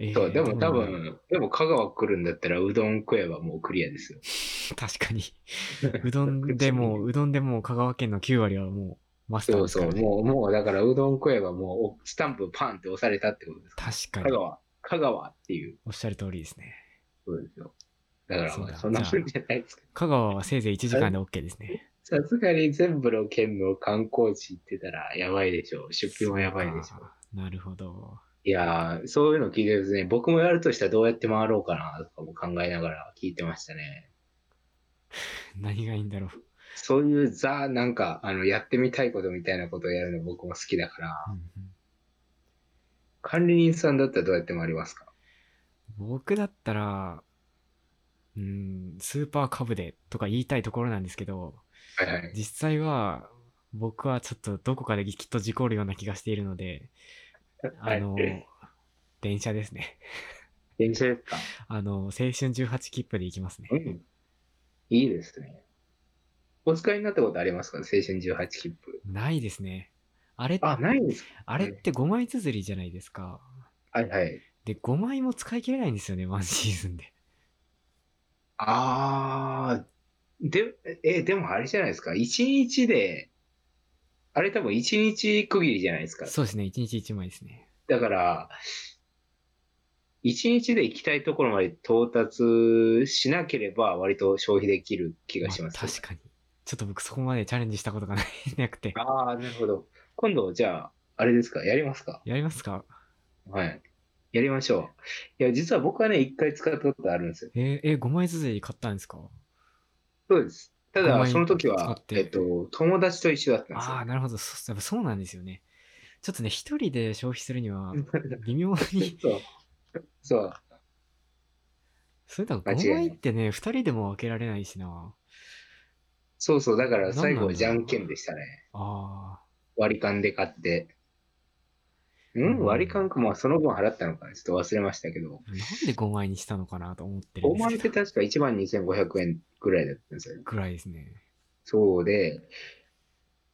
Speaker 2: えー
Speaker 1: そう、でも多。
Speaker 2: どうなんだろ
Speaker 1: 分、でも香川来るんだったらうどん食えばもうクリアですよ。
Speaker 2: う 確かに。うどんでもう、うどんでもう香川県の9割はもうマスター
Speaker 1: そ
Speaker 2: で
Speaker 1: う
Speaker 2: すか
Speaker 1: そ
Speaker 2: ら、
Speaker 1: う、
Speaker 2: ね。
Speaker 1: もう、もうだからうどん食えばもうスタンプパンって押されたってことです。
Speaker 2: 確
Speaker 1: 香
Speaker 2: かに。
Speaker 1: 川、香川っていう
Speaker 2: おっしゃる通りですね。
Speaker 1: ことですよ。だから
Speaker 2: そうだ
Speaker 1: まあそんなもんじゃないですけど。
Speaker 2: 香川はせいぜい1時間で OK ですね。
Speaker 1: さすがに全部の県の観光地行ってたらやばいでしょう。出費もやばいでしょ
Speaker 2: そう
Speaker 1: う。
Speaker 2: かなるほど。
Speaker 1: いやー、そういうの聞いてですね、僕もやるとしたらどうやって回ろうかなとかも考えながら聞いてましたね。
Speaker 2: 何がいいんだろう。
Speaker 1: そういうザ、なんか、あの、やってみたいことみたいなことをやるの僕も好きだから。
Speaker 2: うんうん
Speaker 1: 管理人さんだったらどうやって回りますか
Speaker 2: 僕だったら、うん、スーパーカブでとか言いたいところなんですけど、
Speaker 1: はいはい。
Speaker 2: 実際は僕はちょっとどこかできっと事故るような気がしているので、あ の、
Speaker 1: はい
Speaker 2: 電車ですね。
Speaker 1: 電車ですか
Speaker 2: あの、青春18切符で行きますね。
Speaker 1: うん。いいですね。お使いになったことありますか青春18切符。
Speaker 2: ないですね。あれ、
Speaker 1: あ、
Speaker 2: あ
Speaker 1: ないんですか
Speaker 2: れって5枚綴りじゃないですか。
Speaker 1: はいはい。
Speaker 2: で、5枚も使い切れないんですよね、ワン シーズンで。
Speaker 1: あー、で、え、でもあれじゃないですか。1日で、あれ多分1日区切りじゃないですか。
Speaker 2: そうですね、1日1枚ですね。
Speaker 1: だから、1日で行きたいところまで到達しなければ割と消費できる気がします。
Speaker 2: まあ確かに。ちょっと僕そこまでチャレンジしたことがないなくて。
Speaker 1: ああ、なるほど。今度、じゃあ、あれですか、やりますか
Speaker 2: やりますか
Speaker 1: はい。やりましょう。いや、実は僕はね、一回使ったことあるんですよ。
Speaker 2: えーえー、5枚綴り買ったんですか
Speaker 1: そうです。た
Speaker 2: お
Speaker 1: だ、
Speaker 2: 前
Speaker 1: その時
Speaker 2: 使っ
Speaker 1: は、
Speaker 2: て
Speaker 1: えっと、友達と一緒だったんですよ、
Speaker 2: ああ、。なるほど。そやっぱそうなんですよね。ちょっとね、一人で消費するには、微妙に
Speaker 1: そう。そう。
Speaker 2: それだ
Speaker 1: 間違いな
Speaker 2: 5
Speaker 1: い
Speaker 2: 枚ってね、二人でも分けられないしな。
Speaker 1: そうそう。だから、
Speaker 2: なんなんだ
Speaker 1: 最後、じゃんけんでしたね。
Speaker 2: あ
Speaker 1: 割り勘で買って。う
Speaker 2: うん
Speaker 1: ん割り勘か、まあ、その分払ったのかなちょっと忘れましたけど。
Speaker 2: あ、なんで5枚にしたのかなと思ってる
Speaker 1: 5
Speaker 2: んです
Speaker 1: 万っ
Speaker 2: け
Speaker 1: て
Speaker 2: ど。
Speaker 1: 確か1万2500円ぐらいだったんですよ。
Speaker 2: ぐらいですね。
Speaker 1: そうで、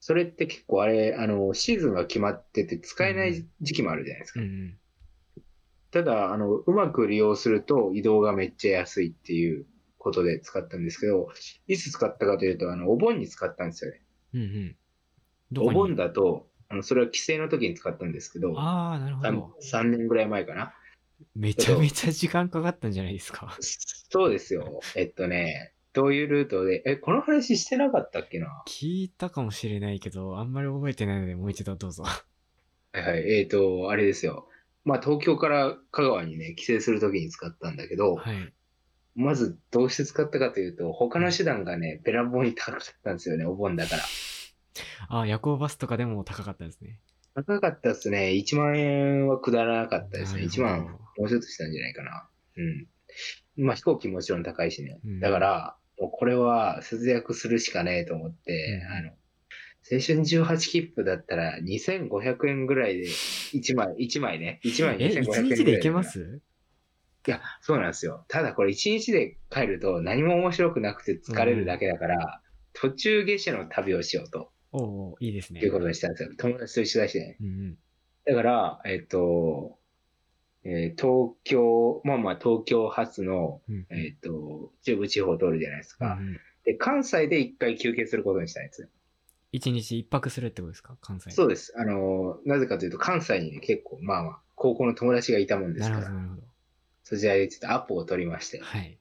Speaker 1: それって結構あれ、あの、シーズンが決まってて使えな
Speaker 2: う
Speaker 1: い
Speaker 2: ん
Speaker 1: 時期もあるじゃないですか。
Speaker 2: うんうん。
Speaker 1: ただ、あの、うまく利用すると移動がめっちゃ安いっていうことで使ったんですけど、いつ使ったかというと、あの、お盆に使ったんですよね。
Speaker 2: うんうん。ど
Speaker 1: お
Speaker 2: こに
Speaker 1: 盆だと、あのそれは帰省の時に使ったんですけど、
Speaker 2: ああ、なるほ
Speaker 1: 3,
Speaker 2: ど。
Speaker 1: 3年ぐらい前かな。
Speaker 2: めちゃめちゃ時間かかったんじゃないですか。
Speaker 1: そうですよ。えっとね、どういうルートで、え、この話してなかったっけな
Speaker 2: 聞いたかもしれないけど、あんまり覚えてないので、もう一度どうぞ。
Speaker 1: はいはい。えっ、と、あれですよ。まあ、東京から香川にね、帰省するときに使ったんだけど、
Speaker 2: はい。
Speaker 1: まずどうして使ったかというと、他の手段がね、べらぼうに高かったんですよね、お盆だから。
Speaker 2: ああ、夜行バスとかでも高かったですね。
Speaker 1: 高かったですね。1万円は下らなかったですね。
Speaker 2: なるほ
Speaker 1: 1
Speaker 2: ど
Speaker 1: 万、もうちょっとしたんじゃないかな。うん。まあ、飛行機もちろん高いしね。
Speaker 2: うん
Speaker 1: だから、もうこれは節約するしかねえと思って、
Speaker 2: うん
Speaker 1: あの、青春18切符だったら2500円ぐらいで1枚、1枚ね。1枚2500
Speaker 2: え、
Speaker 1: 円ぐらい
Speaker 2: 1日で行けま
Speaker 1: い
Speaker 2: す
Speaker 1: や、そうなんですよ。ただこれ1日で帰ると何も面白くなくて疲れるだけだから、途中下車の旅をしようと
Speaker 2: おうおういいですね。
Speaker 1: いうことにしたんですよ。友達と一緒だしね。
Speaker 2: うんうん。
Speaker 1: だから、えっ、と、えー東京、まあまあ東京発の、
Speaker 2: うんうん
Speaker 1: えっ、と、中部地方を通るじゃないです
Speaker 2: うん
Speaker 1: か。
Speaker 2: うん
Speaker 1: で、関西で一回休憩することにしたんですよ。
Speaker 2: 一日一泊するってことですか関西。
Speaker 1: そううです。あのー、なぜかというと関西にね、結構、まあまあ、高校の友達がいたもんです
Speaker 2: な
Speaker 1: か
Speaker 2: るほど、
Speaker 1: ら、
Speaker 2: なるほど。
Speaker 1: そちらでちょっとアポを取りまして、
Speaker 2: はい。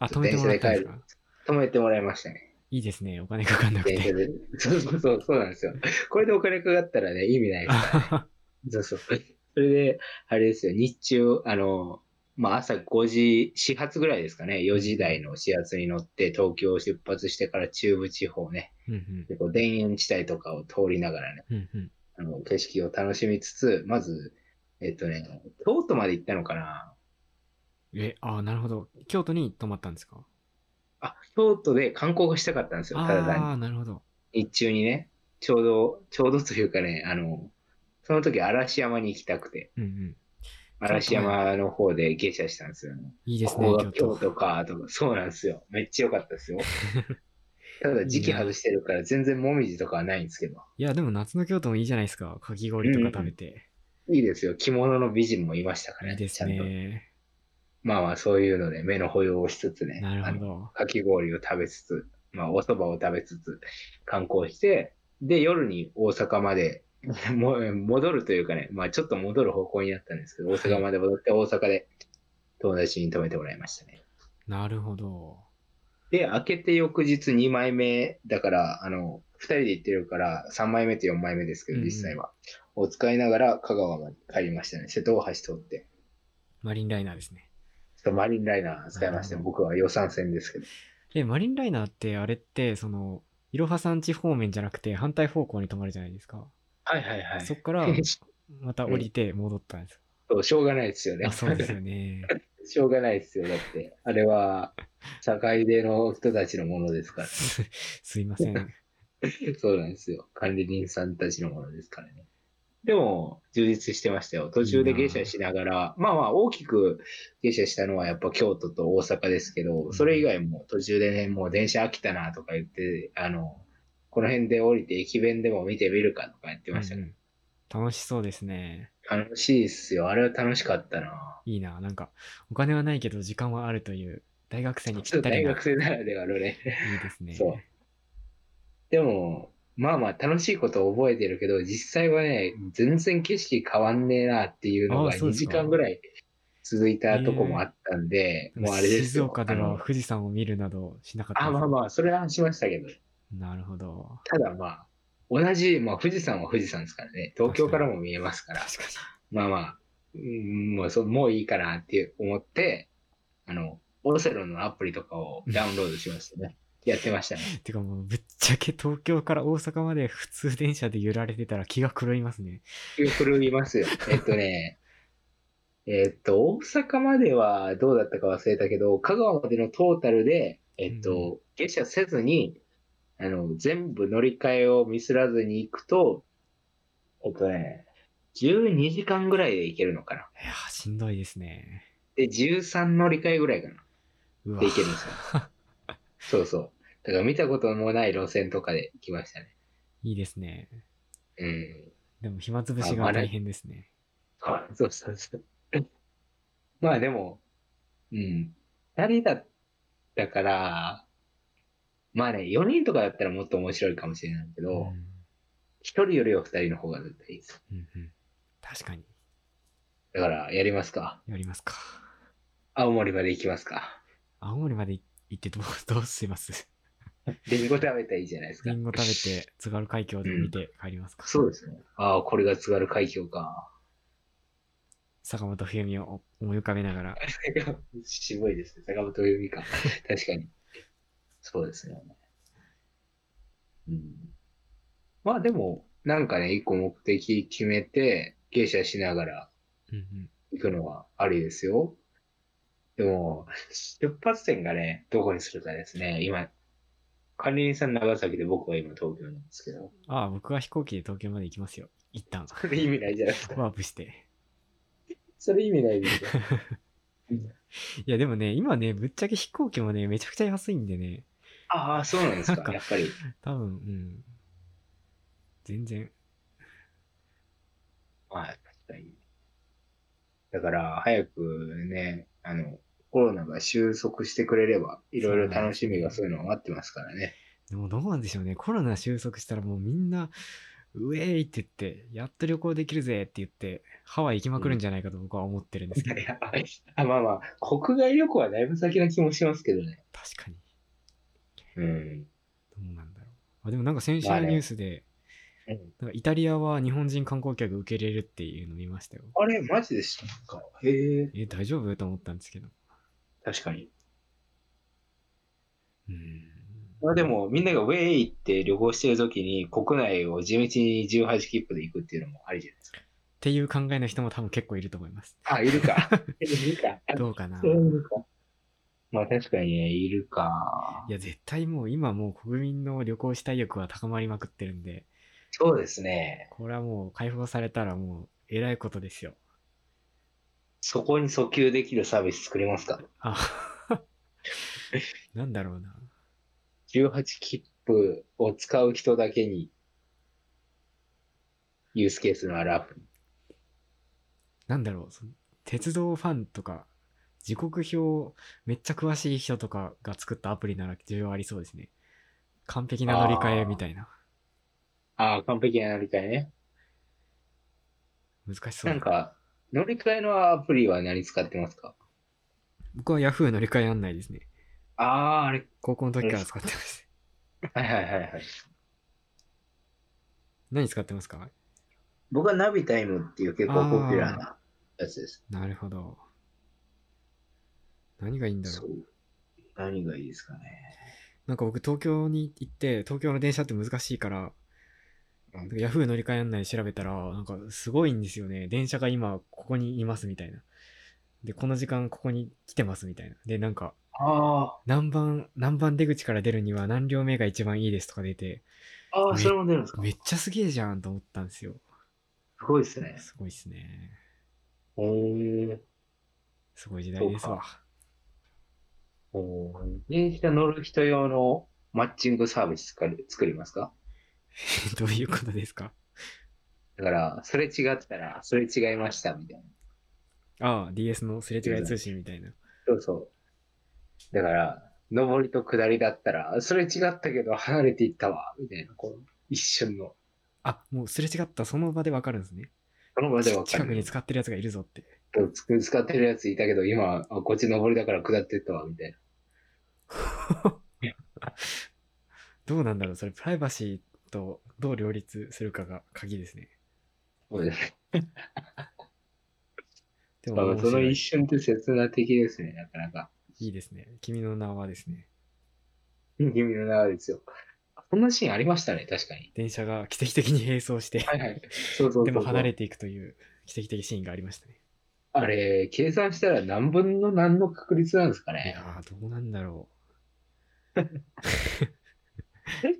Speaker 2: あ、
Speaker 1: ちょっと
Speaker 2: 止めてもらったんです
Speaker 1: 電
Speaker 2: か
Speaker 1: 止めてもらいましたね。
Speaker 2: いいですね。お金かかんなく
Speaker 1: 電車
Speaker 2: て。
Speaker 1: で。そうそうそう、そうなんですよ。これでお金かかったらね、意味 ないですから。そうそう。それで、あれですよ、日中、あの、まあ、朝5時、始発ぐらいですかね、4時台の始発に乗って、東京を出発してから中部地方ね、
Speaker 2: うんうん
Speaker 1: でこう田園地帯とかを通りながらね、
Speaker 2: うんうん
Speaker 1: あの景色を楽しみつつ、まず、えっとね、京都まで行ったのかな
Speaker 2: え、ああ、なるほど。京都に泊まったんですか
Speaker 1: あ、京都で観光がしたかったんですよ、ただ単に
Speaker 2: ああ、なるほど。
Speaker 1: 日中にね、ちょうど、ちょうどというかね、あの、その時嵐山に行きたくて、
Speaker 2: うんうん。
Speaker 1: 嵐山の方で下車したんですよね。
Speaker 2: いいですね
Speaker 1: ここが、
Speaker 2: 京
Speaker 1: 京
Speaker 2: 都。
Speaker 1: 都かとか、そうなんですよ。めっちゃ良かった ですよ。ただ時期外してるから全然もみじとかはないんですけど。
Speaker 2: いや、でも夏の京都もいいじゃないですか。かき氷とか食べて。
Speaker 1: いいですよ。着物の美人もいましたから
Speaker 2: いいです
Speaker 1: ちゃんと。
Speaker 2: ね。
Speaker 1: まあまあそういうので目の保養をしつつね。
Speaker 2: なる
Speaker 1: あ
Speaker 2: ほ
Speaker 1: の
Speaker 2: ど。
Speaker 1: かき氷を食べつつ、まあお蕎麦を食べつつ観光して、で夜に大阪まで も戻るというかね、まあちょっと戻る方向になったんですけど、大阪まで戻って大阪で友達に泊めてもらいましたね。
Speaker 2: なるほど。
Speaker 1: で、開けて翌日2枚目だから、あの、2人で行ってるから、3枚目と4枚目ですけど、
Speaker 2: うんうん
Speaker 1: 実際は。を使いながら、香川まで帰りましたね。瀬戸大橋通って。
Speaker 2: マリンライナーですね。
Speaker 1: ちょっとマリンライナー使いましたね。
Speaker 2: なるほ
Speaker 1: 僕は予算戦ですけど。
Speaker 2: え、マリンライナーってあれって、その、いろはさん地方面じゃなくて反対方向に泊まるじゃないですか。
Speaker 1: はいはいは
Speaker 2: そっから、また降りて戻ったんです。
Speaker 1: そう、しょうがないですよね。
Speaker 2: あ、そうですよね。
Speaker 1: しょうがないですよ。だって、あれは、社会での人たちのものですから。
Speaker 2: すすいません。
Speaker 1: そうなんですよ。管理人さんたちのものですからね。でも、充実してましたよ。途中で下車しながら、まあまあ、大きく下車したのはやっぱ京都と大阪ですけど、それ以外も途中でね、もう電車飽きたなとか言って、あの、この辺で降りて駅弁でも見てみるかとか言ってました
Speaker 2: う
Speaker 1: ね。
Speaker 2: んうん楽しそうですね。
Speaker 1: 楽しいっすよ。あれは楽しかったな。
Speaker 2: いいな。なんか、お金はないけど時間はあるという、大学生に
Speaker 1: ち
Speaker 2: ぴ
Speaker 1: ょ
Speaker 2: っ
Speaker 1: っと
Speaker 2: たり
Speaker 1: 大
Speaker 2: な。いい
Speaker 1: 学生ならではのね。
Speaker 2: ですね。
Speaker 1: そうでも、まあまあ楽しいことを覚えてるけど、実際はね、全然景色変わんねえなっていうのが
Speaker 2: あそう
Speaker 1: 2
Speaker 2: です
Speaker 1: 時
Speaker 2: か
Speaker 1: 間ぐらい続いたとこもあったんで、もうあれです
Speaker 2: 静
Speaker 1: よ。
Speaker 2: 岡で
Speaker 1: あ
Speaker 2: は
Speaker 1: の
Speaker 2: 富士山を見るなどしなかった
Speaker 1: あ、
Speaker 2: です
Speaker 1: まあまあ、それはしましたけど、
Speaker 2: なるほど。
Speaker 1: ただまあ、同じ、まあ富士山は富士山ですからね、東京からも見えますから、
Speaker 2: 確か
Speaker 1: まあまあ、うんもうそうもういいかなって思って、あの、オセロのアプリとかをダウンロードしました ね。やってましたね。
Speaker 2: に。てかもう、ぶっちゃけ東京から大阪まで普通電車で揺られてたら気が狂いますね。
Speaker 1: 震います よ。えっとね、えっと、大阪まではどうだったか忘れたけど、香川までのトータルで、えっ
Speaker 2: うん
Speaker 1: と、下車せずに、あの、全部乗り換えをミスらずに行くと、えっとね、12時間ぐらいで行けるのかな。
Speaker 2: いやー、しんどいですね。
Speaker 1: で、13乗り換えぐらいかな。
Speaker 2: うわ
Speaker 1: で行けるんですよ。 そうそう。だから見たこともない路線とかで行きましたね。
Speaker 2: いいですね。
Speaker 1: うん。
Speaker 2: でも暇つぶし
Speaker 1: あ
Speaker 2: が
Speaker 1: あれ
Speaker 2: 大変ですね。
Speaker 1: はいそうそうそう。 まあでも、うん。二人だったから、まあね、4人とかだったらもっと面白いかもしれないけど、
Speaker 2: うん
Speaker 1: 一人よりは二人の方が絶対いいです。
Speaker 2: うんうん。確かに。
Speaker 1: だから、やりますか。
Speaker 2: やりますか。
Speaker 1: 青森まで行きますか。
Speaker 2: 青森まで行ってどう、 どうします
Speaker 1: リンゴ食べたらいいじゃないですか
Speaker 2: リ。ンゴ食べて、津軽海峡で見て帰りますか。
Speaker 1: そうですね。ああ、これが津軽海峡か。
Speaker 2: 坂本冬美を思い浮かべながら。
Speaker 1: 渋いですね。坂本冬美か。 確かに。そうですね。うん、まあでも、なんかね、一個目的決めて、芸者しながら
Speaker 2: うんうん。
Speaker 1: 行くのはありですよ。でも、出発点がね、どこにするかですね。今、管理人さん長崎で僕は今東京なんですけ ど、
Speaker 2: ああ、僕は飛行機で東京まで行きますよ。一旦。
Speaker 1: それ意味ないじゃないですか。
Speaker 2: ワープして。
Speaker 1: それ意味ないですよ。
Speaker 2: いや、でもね、今ね、ぶっちゃけ飛行機もね、めちゃくちゃ安いんでね、
Speaker 1: ああ、そうなんです
Speaker 2: なん
Speaker 1: か
Speaker 2: か
Speaker 1: やっぱり。
Speaker 2: 多分、うん。全然。
Speaker 1: まあ、確かに。だから、早くね、あの、コロナが収束してくれれば、いろいろ楽しみがそういうのを待ってますからね。
Speaker 2: でもどうなんでしょうね。コロナ収束したらもうみんな、ウェーイって言って、やっと旅行できるぜって言って、ハワイ行きまくるんじゃないかと僕は思ってるんですけど。
Speaker 1: いやあ まあまあ、国外旅行はだいぶ先な気もしますけどね。
Speaker 2: 確かに。
Speaker 1: うん。
Speaker 2: どうなんだろう。あでもなんか先週
Speaker 1: ま
Speaker 2: の
Speaker 1: あね
Speaker 2: ニュースで、
Speaker 1: うん
Speaker 2: なんかイタリアは日本人観光客受け入れるっていうの見ましたよ。
Speaker 1: あれ、マジでしたか。へえ。
Speaker 2: え、大丈夫と思ったんですけど。
Speaker 1: 確かに。
Speaker 2: うん。
Speaker 1: まあでも、みんながウェイって旅行してる時に、国内を地道に18切符で行くっていうのもありじゃないですか。
Speaker 2: っていう考えの人も多分結構いると思います。
Speaker 1: あ、いるか。 いるか。
Speaker 2: どうかな。
Speaker 1: そういうことかまあ確かにね、いるか
Speaker 2: い。や、絶対もう今もう国民の旅行したい欲は高まりまくってるんで、
Speaker 1: そうですね。
Speaker 2: これはもう解放されたらもうえらいことですよ。
Speaker 1: そこに訴求できるサービス作りますか。
Speaker 2: あ なんだろうな。
Speaker 1: 18切符を使う人だけに、ユースケースのあるアプリ。
Speaker 2: なんだろう。その鉄道ファンとか、時刻表めっちゃ詳しい人とかが作ったアプリなら需要ありそうですね。完璧な乗り換えみたいな。
Speaker 1: ああ、完璧な乗り換えね。
Speaker 2: 難しそう
Speaker 1: な
Speaker 2: だ
Speaker 1: んか、乗り換えのアプリは何使ってますか
Speaker 2: 僕は Yahoo 乗り換え案内ですね。
Speaker 1: ああ、あれ。
Speaker 2: 高校の時から使ってます。
Speaker 1: はいはいはいはい。
Speaker 2: 何使ってますか
Speaker 1: 僕はナビタイムっていう結構ポピュラーなやつです。
Speaker 2: なるほど。何がいいんだろう
Speaker 1: そう。何がいいですかね。
Speaker 2: なんか僕東京に行って東京の電車って難しいから、
Speaker 1: う
Speaker 2: なん
Speaker 1: ん
Speaker 2: か Yahoo 乗り換え案内調べたらなんかすごいんですよね電車が今ここにいますみたいなでこの時間ここに来てますみたいなでなんか
Speaker 1: あ
Speaker 2: 何番何番出口から出るには何両目が一番いいですとか出て
Speaker 1: あ、ああ、それも出るんですか
Speaker 2: めっちゃすげえじゃんと思ったんですよ
Speaker 1: すごいですね。
Speaker 2: すごいっすね
Speaker 1: おー
Speaker 2: すごい時代です
Speaker 1: そう
Speaker 2: わ
Speaker 1: おー電車乗る人用のマッチングサービス作り作りますか
Speaker 2: どういうことですか
Speaker 1: だから、それ違ったら、それ違いましたみたいな。
Speaker 2: ああ DS のすれ違い通信みたいな
Speaker 1: そうそう。だから、上りと下りだったら、それ違ったけど離れていったわ、みたいな、こう、一瞬の、
Speaker 2: あもうすれ違ったその場でわかるんですね
Speaker 1: その場で分か
Speaker 2: 近く
Speaker 1: る。
Speaker 2: に使ってるやつがいるぞって
Speaker 1: つく使ってるやついたけど、今、あこっち上りだから下ってったわ、みたいな。
Speaker 2: どうなんだろうそれプライバシーとどう両立するかが鍵ですね。
Speaker 1: そうですね。
Speaker 2: でも
Speaker 1: そ
Speaker 2: 面白
Speaker 1: の
Speaker 2: い
Speaker 1: 一瞬って刹那的ですね、なかなか。
Speaker 2: いいですね。君の名はですね。
Speaker 1: 君の流れですよ。そんなシーンありましたね、確かに。
Speaker 2: 電車が奇跡的に並走して、
Speaker 1: はいはい。そうそうそうそう
Speaker 2: でも離れていくという奇跡的シーンがありましたね。
Speaker 1: あれ、計算したら何分の何の確率なんですか
Speaker 2: い
Speaker 1: ね。
Speaker 2: やー、どうなんだろ
Speaker 1: 確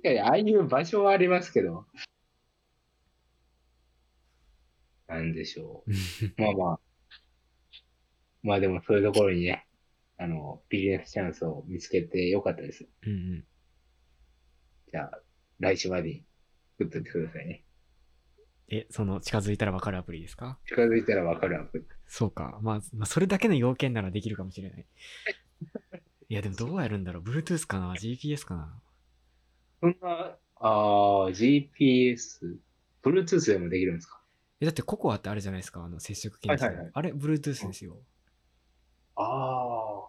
Speaker 1: かに、ああいう場所はありますけど。なんでしょ
Speaker 2: う。
Speaker 1: う。まあまあ。まあでも、そういうところにね、あの、ビジネスチャンスを見つけてよかったです。
Speaker 2: うんうん。
Speaker 1: じゃあ、来週までに作っといてくださいね。
Speaker 2: え、その近づいたらわかるアプリですか
Speaker 1: 近づいたらわかるアプリ。
Speaker 2: そうか、まあ。まあ、それだけの要件ならできるかもしれない。いや、でもどうやるんだろう ?Bluetooth かな ?GPS かな
Speaker 1: そんな、あー GPS Bluetooth でもできるんですか
Speaker 2: えだってココアってあるじゃないですか、あの接触検知の、
Speaker 1: はいはいはい
Speaker 2: あれ、Bluetooth ですよ。
Speaker 1: あ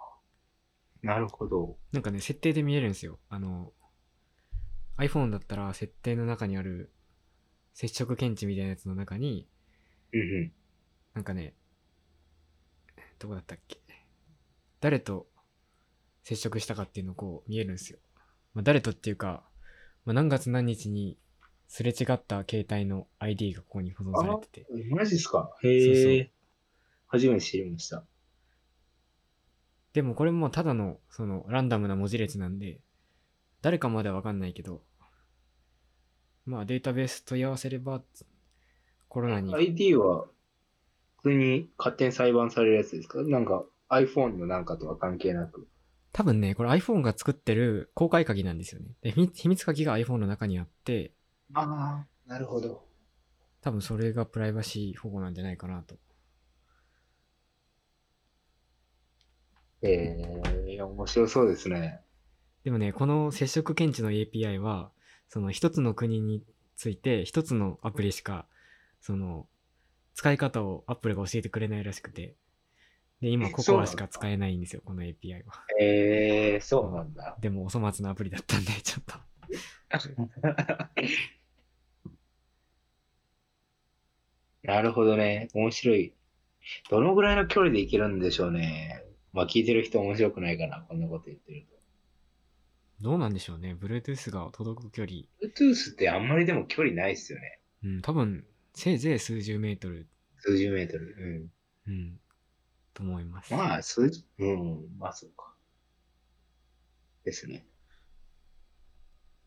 Speaker 1: あ。なるほど。
Speaker 2: なんかね、設定で見えるんですよ。あの、iPhone だったら設定の中にある接触検知みたいなやつの中に、
Speaker 1: うんうん。
Speaker 2: なんかね、どこだったっけ誰と接触したかっていうのこう見えるんですよ。まあ、誰とっていうか、まあ、何月何日にすれ違った携帯の ID がここに保存されてて。
Speaker 1: マジっすかへ
Speaker 2: そう
Speaker 1: え
Speaker 2: そ
Speaker 1: 初めて知りました。
Speaker 2: でもこれもただの、その、ランダムな文字列なんで、誰かまではわかんないけど、まあデータベース問い合わせれば、コロナに、
Speaker 1: ID は普通に勝手に裁判されるやつですかなんか iPhone のなんかとは関係なく。
Speaker 2: 多分ね、これ iPhone が作ってる公開鍵なんですよね。で、秘密秘密鍵が iPhone の中にあって、
Speaker 1: ああ、なるほど。
Speaker 2: 多分それがプライバシー保護なんじゃないかなと。
Speaker 1: ええ面白そうですね。
Speaker 2: でもね、この接触検知の API は、その一つの国について一つのアプリしか、その、使い方を Apple が教えてくれないらしくて、で、今
Speaker 1: え
Speaker 2: c
Speaker 1: そう
Speaker 2: o
Speaker 1: なん
Speaker 2: a
Speaker 1: だ
Speaker 2: しか使えないんですよ、この API は。
Speaker 1: ええそうなんだ。
Speaker 2: でもお粗末なアプリだったんで、 ちょっと。
Speaker 1: なるほどね。面白い。どのぐらいの距離でいけるんでしょうね。まあ聞いてる人面白くないかな、こんなこと言ってると。
Speaker 2: どうなんでしょうね、Bluetooth が届く距離。
Speaker 1: Bluetooth ってあんまりでも距離ないっすよね。
Speaker 2: うん、多分、せいぜい数十メートル、
Speaker 1: 数十メートル。
Speaker 2: うん、と思います。
Speaker 1: うん。まあ、数十、うん、まあそうか。ですね。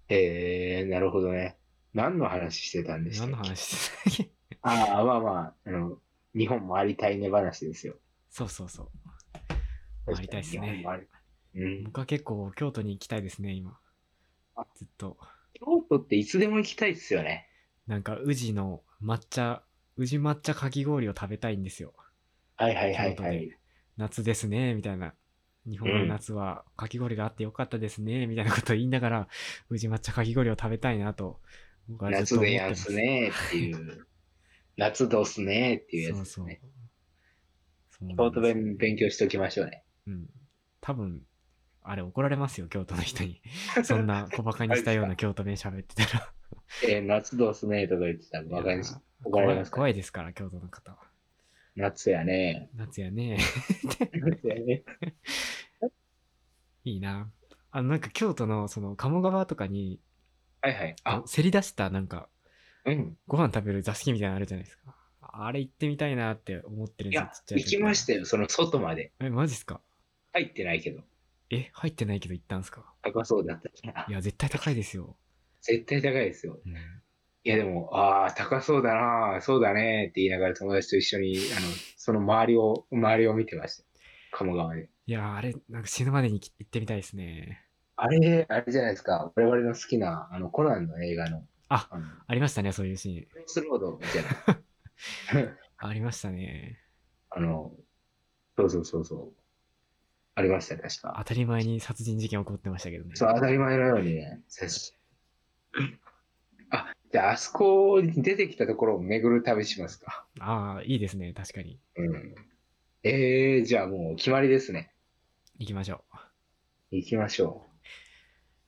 Speaker 1: えー、なるほどね。何の話してたんでしたっ
Speaker 2: 何
Speaker 1: け
Speaker 2: の話してた
Speaker 1: ああ、まあまあ、あの、日本もありたいね話ですよ。
Speaker 2: そうそうそう。回りたいっすね
Speaker 1: 日本もありうん。
Speaker 2: 僕は結構京都に行きたいですね、今
Speaker 1: あ。
Speaker 2: ずっと。
Speaker 1: 京都っていつでも行きたいっすよね。
Speaker 2: なんか、宇治の抹茶、宇治抹茶かき氷を食べたいんですよ。
Speaker 1: はいはいはいは
Speaker 2: 京都
Speaker 1: い
Speaker 2: で。夏ですね、みたいな。日本の夏はかき氷があってよかったですね、みたいなことを言いながら、宇治抹茶かき氷を食べたいなと、僕はずっ
Speaker 1: 夏
Speaker 2: と思っ
Speaker 1: で
Speaker 2: てま
Speaker 1: やん
Speaker 2: す。
Speaker 1: すねーっていう。夏どうすねーっていうやつですね。
Speaker 2: そうそう。そうなんです
Speaker 1: 京都弁勉強しておきましょうね。
Speaker 2: うん。多分、あれ怒られますよ、京都の人 に。そんな小馬鹿にしたような京都弁喋ってたら。
Speaker 1: えー夏どうすねーとか言ってたらバカにし
Speaker 2: いや、
Speaker 1: 怒られますか
Speaker 2: 怖いですから、京都の方は。
Speaker 1: 夏やね
Speaker 2: 夏やね。
Speaker 1: ー。夏やね
Speaker 2: いいな。あの、なんか京都の、その、鴨川とかに、
Speaker 1: ー。はいはい。あ、
Speaker 2: せり出した、なんか、
Speaker 1: うん。
Speaker 2: ご飯食べる座敷みたいなのあるじゃないですか。あれ行ってみたいなって思ってる
Speaker 1: い
Speaker 2: んですよ
Speaker 1: や、
Speaker 2: ちっちゃい。
Speaker 1: 行きましたたよ。その外まで。
Speaker 2: え、マジっすか
Speaker 1: 入ってないけど。
Speaker 2: え、入ってないけど行ったんすか
Speaker 1: 高そうだったから
Speaker 2: い。や、絶対高いですよ。
Speaker 1: 絶対高いですよ。
Speaker 2: うん
Speaker 1: いやでも、ああ、高そうだなあ、そうだねって言いながら友達と一緒に、あの、その周りを、周りを見てました。鴨川で。
Speaker 2: いや、あれ、なんか死ぬまでに行ってみたいですね。
Speaker 1: あれ、あれじゃないですか。我々の好きな、あの、コナンの映画の、
Speaker 2: あ
Speaker 1: の、
Speaker 2: ありましたね、そういうシーン。
Speaker 1: クロスロードみたい な。
Speaker 2: ありましたね。
Speaker 1: あの、そうそうそうそう。ありましたね、確
Speaker 2: 当
Speaker 1: か。
Speaker 2: たり前に殺人事件起こってましたけどね。
Speaker 1: そう、当たり前のようにね、刺しあ、じゃあ、あそこに出てきたところを巡る旅しますか。
Speaker 2: ああ、いいですね、確かに。
Speaker 1: うん。ええー、じゃあもう決まりですね。
Speaker 2: 行きましょう。
Speaker 1: 行きましょう。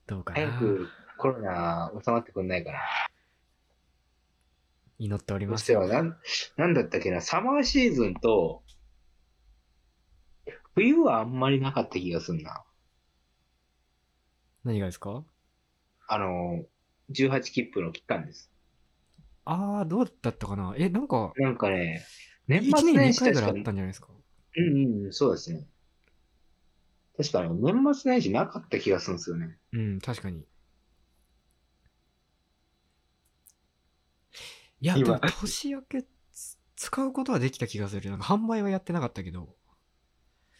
Speaker 2: どうか
Speaker 1: 早
Speaker 2: な。
Speaker 1: くコロナ収まってくんないかな。
Speaker 2: 祈っており
Speaker 1: そ
Speaker 2: ま
Speaker 1: し
Speaker 2: す
Speaker 1: て
Speaker 2: よ
Speaker 1: は。なん、なんだったっけな、サマーシーズンと、冬はあんまりなかった気がすんな。
Speaker 2: 何がですか
Speaker 1: あの、18切符の期間です。
Speaker 2: ああ、どうだったかなえ、なんか、
Speaker 1: なんかね、年
Speaker 2: 1
Speaker 1: 末年
Speaker 2: 年に2
Speaker 1: 始
Speaker 2: 回
Speaker 1: 確
Speaker 2: ぐらいあ
Speaker 1: か
Speaker 2: ったん
Speaker 1: に
Speaker 2: じゃないですか
Speaker 1: うんうん、そうですね。確かに、年末年始なかった気がするんですよね。
Speaker 2: うん、確かに。いや、で
Speaker 1: 今
Speaker 2: も年明けつ使うことはできた気がする。なんか販売はやってなかったけど。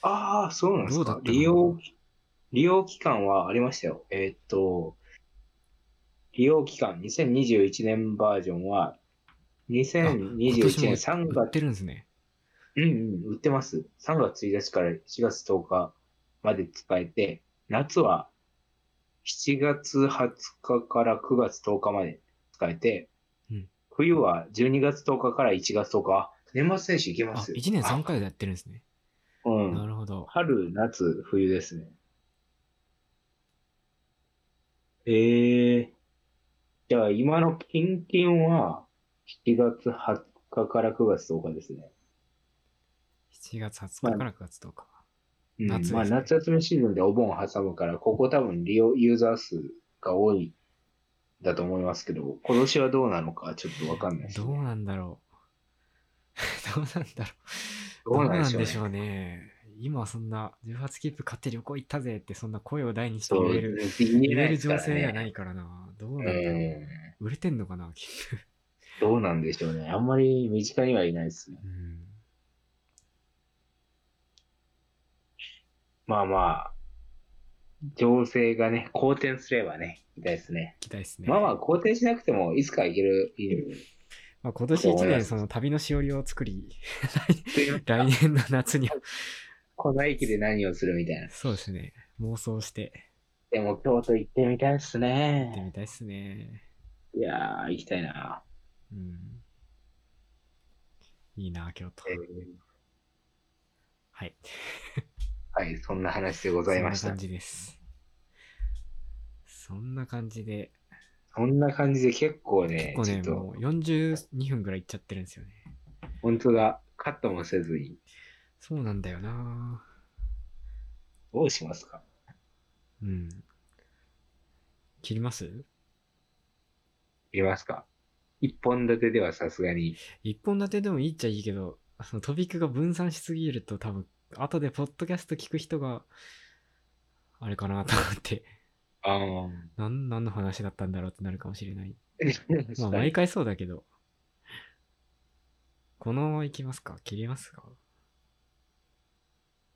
Speaker 1: ああ、そうなんです
Speaker 2: どうだ
Speaker 1: か
Speaker 2: っ。たの
Speaker 1: 利用、利用期間はありましたよ。えーっと、利用期間、2021年バージョンは、
Speaker 2: 今
Speaker 1: 2021
Speaker 2: 年も
Speaker 1: 年3
Speaker 2: 売っ
Speaker 1: 月、
Speaker 2: てるんですね。
Speaker 1: うんうん、売ってます。3月1日から4月10日まで使えて、夏は7月20日から9月10日まで使えて
Speaker 2: うん、
Speaker 1: 冬は12月10日から1月10日。あ年末年始行けま
Speaker 2: あ、
Speaker 1: すよ。
Speaker 2: 1年3回でやってるんですね。
Speaker 1: う。
Speaker 2: なんるほど。
Speaker 1: 春、夏、冬ですね。ええじゃあ今のキンキンは7月20日から9月10日ですね。
Speaker 2: 7月20日から9月10日。
Speaker 1: うん
Speaker 2: 夏ですね
Speaker 1: まあ夏休みシーズンでお盆挟むから、ここ多分利用ユーザー数が多いんだと思いますけど、今年はどうなのかちょっとわかんないです、ね。
Speaker 2: どう なんだろう。どうなんだろう。
Speaker 1: どうなんでしょうね
Speaker 2: ょうね。今そんな18キープ買って旅行行ったぜってそんな声を大にして
Speaker 1: そ
Speaker 2: 言
Speaker 1: う
Speaker 2: え
Speaker 1: 言
Speaker 2: る、
Speaker 1: え
Speaker 2: 言
Speaker 1: な
Speaker 2: え
Speaker 1: いで
Speaker 2: る
Speaker 1: すか
Speaker 2: 情
Speaker 1: らね
Speaker 2: 勢じゃないからな。どうなんだろう。
Speaker 1: うん
Speaker 2: 売れてんのかな、キープ。
Speaker 1: どうなんでしょうね。あんまり身近にはいないですね。
Speaker 2: うん。
Speaker 1: まあまあ、情勢がね、好転すればね、みたいですね。
Speaker 2: 期待ですね。
Speaker 1: まあまあ、好転しなくても、いつか行ける。いい
Speaker 2: まあ今年1年その旅のしおりを作り、 来年の夏には、
Speaker 1: この駅で何をするみたいな。
Speaker 2: そうですね。妄想して
Speaker 1: でも、京都行ってみたいっす
Speaker 2: やって
Speaker 1: ね。
Speaker 2: みたいですね。
Speaker 1: いやー、行きたいな。
Speaker 2: うん。いいな、京都。
Speaker 1: えー
Speaker 2: はい。
Speaker 1: はい、そんな話でございまし
Speaker 2: そんな
Speaker 1: た
Speaker 2: 感。じです。そんな感じで、
Speaker 1: そんな感じで結構ね
Speaker 2: 結、構ね、
Speaker 1: ちょっと、
Speaker 2: もう42分ぐらいいっちゃってるんですよね。
Speaker 1: 本当だ、カットもせずに、
Speaker 2: そうなんだよな
Speaker 1: どうしますか
Speaker 2: うん。切ります
Speaker 1: いりますか一本立てではさすがに。
Speaker 2: 一本立てでもいいっちゃいいけど、そのトピックが分散しすぎると多分、後でポッドキャスト聞く人が、あれかなと思って、
Speaker 1: あ
Speaker 2: なん、何の話だったんだろうってなるかもしれない。まあ、
Speaker 1: ー
Speaker 2: 毎回そうだけど。このままいきますか切りますか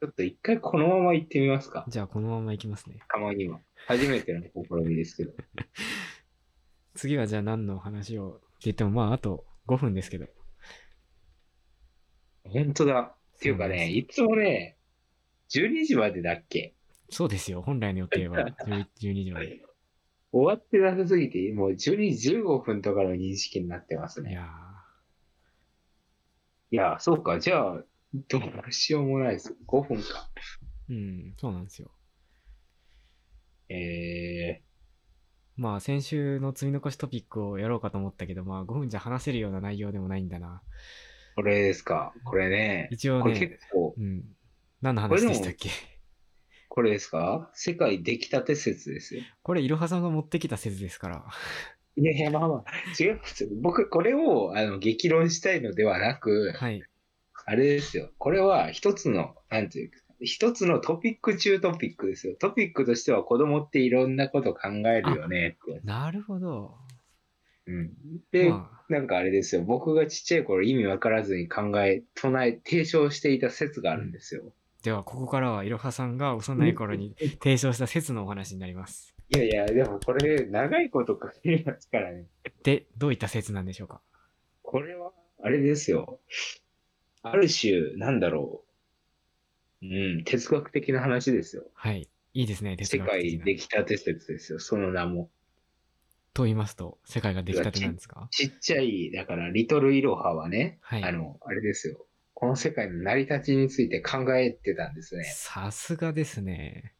Speaker 1: ちょっと一回このまま行ってみますか。
Speaker 2: じゃあ、このままいきますね。
Speaker 1: たまには。初めての試みですけど。
Speaker 2: 次はじゃあ何の話をって言っても、まあ、あと5分ですけど。
Speaker 1: 本当だ。っていうかね、いつもね、12時までだっけ
Speaker 2: そうですよ。本来の予定 は11 12時まで。
Speaker 1: 終わってなさすぎて、もう12時15分とかの認識になってます
Speaker 2: い
Speaker 1: ね。
Speaker 2: や
Speaker 1: いや、そうか。じゃあ、どうしようもないです。5分か。
Speaker 2: ー、うん、そうなんですよ。
Speaker 1: え
Speaker 2: まあ、先週の積み残しトピックをやろうかと思ったけど、まあ、5分じゃ話せるような内容でもないんだな。
Speaker 1: ー、これですか。これね。
Speaker 2: 一応
Speaker 1: これ結
Speaker 2: ね、
Speaker 1: 構、
Speaker 2: うん。何の話でしたっけ
Speaker 1: これですか世界出来たて説ですよ。
Speaker 2: これ、いろはさんが持ってきた説ですから。
Speaker 1: いやいや、まあまあ、違いますよ。僕、これを、あの、激論したいのではなく、
Speaker 2: はい。
Speaker 1: あれですよ。これは一つの、なんていうか、一つのトピック中トピックですよ。トピックとしては子供っていろんなこと考えるよねってやつ。
Speaker 2: なるほど。
Speaker 1: うん、で、
Speaker 2: まあ
Speaker 1: なんかあれですよ。僕がちっちゃい頃意味わからずに考え、唱え、提唱していた説があるんですよ。
Speaker 2: ではここからはいろはさんが幼い頃に提唱した説のお話になります。
Speaker 1: いやいや、でもこれ長いことかけますからね。
Speaker 2: で、どういった説なんでしょうか
Speaker 1: これは、あれですよ。ある種、なんだろう。うん、哲学的な話ですよ。
Speaker 2: はい。いいですね、哲
Speaker 1: 世
Speaker 2: 学
Speaker 1: 界
Speaker 2: 的な
Speaker 1: 出来たて説ですよ。その名も。
Speaker 2: と言いますと、世界が出来たてなんですか
Speaker 1: ちっちゃい、だから、リトルイロハはね、
Speaker 2: はい
Speaker 1: あの、あれですよ。この世界の成り立ちについて考えてたんですね。
Speaker 2: さすがですね。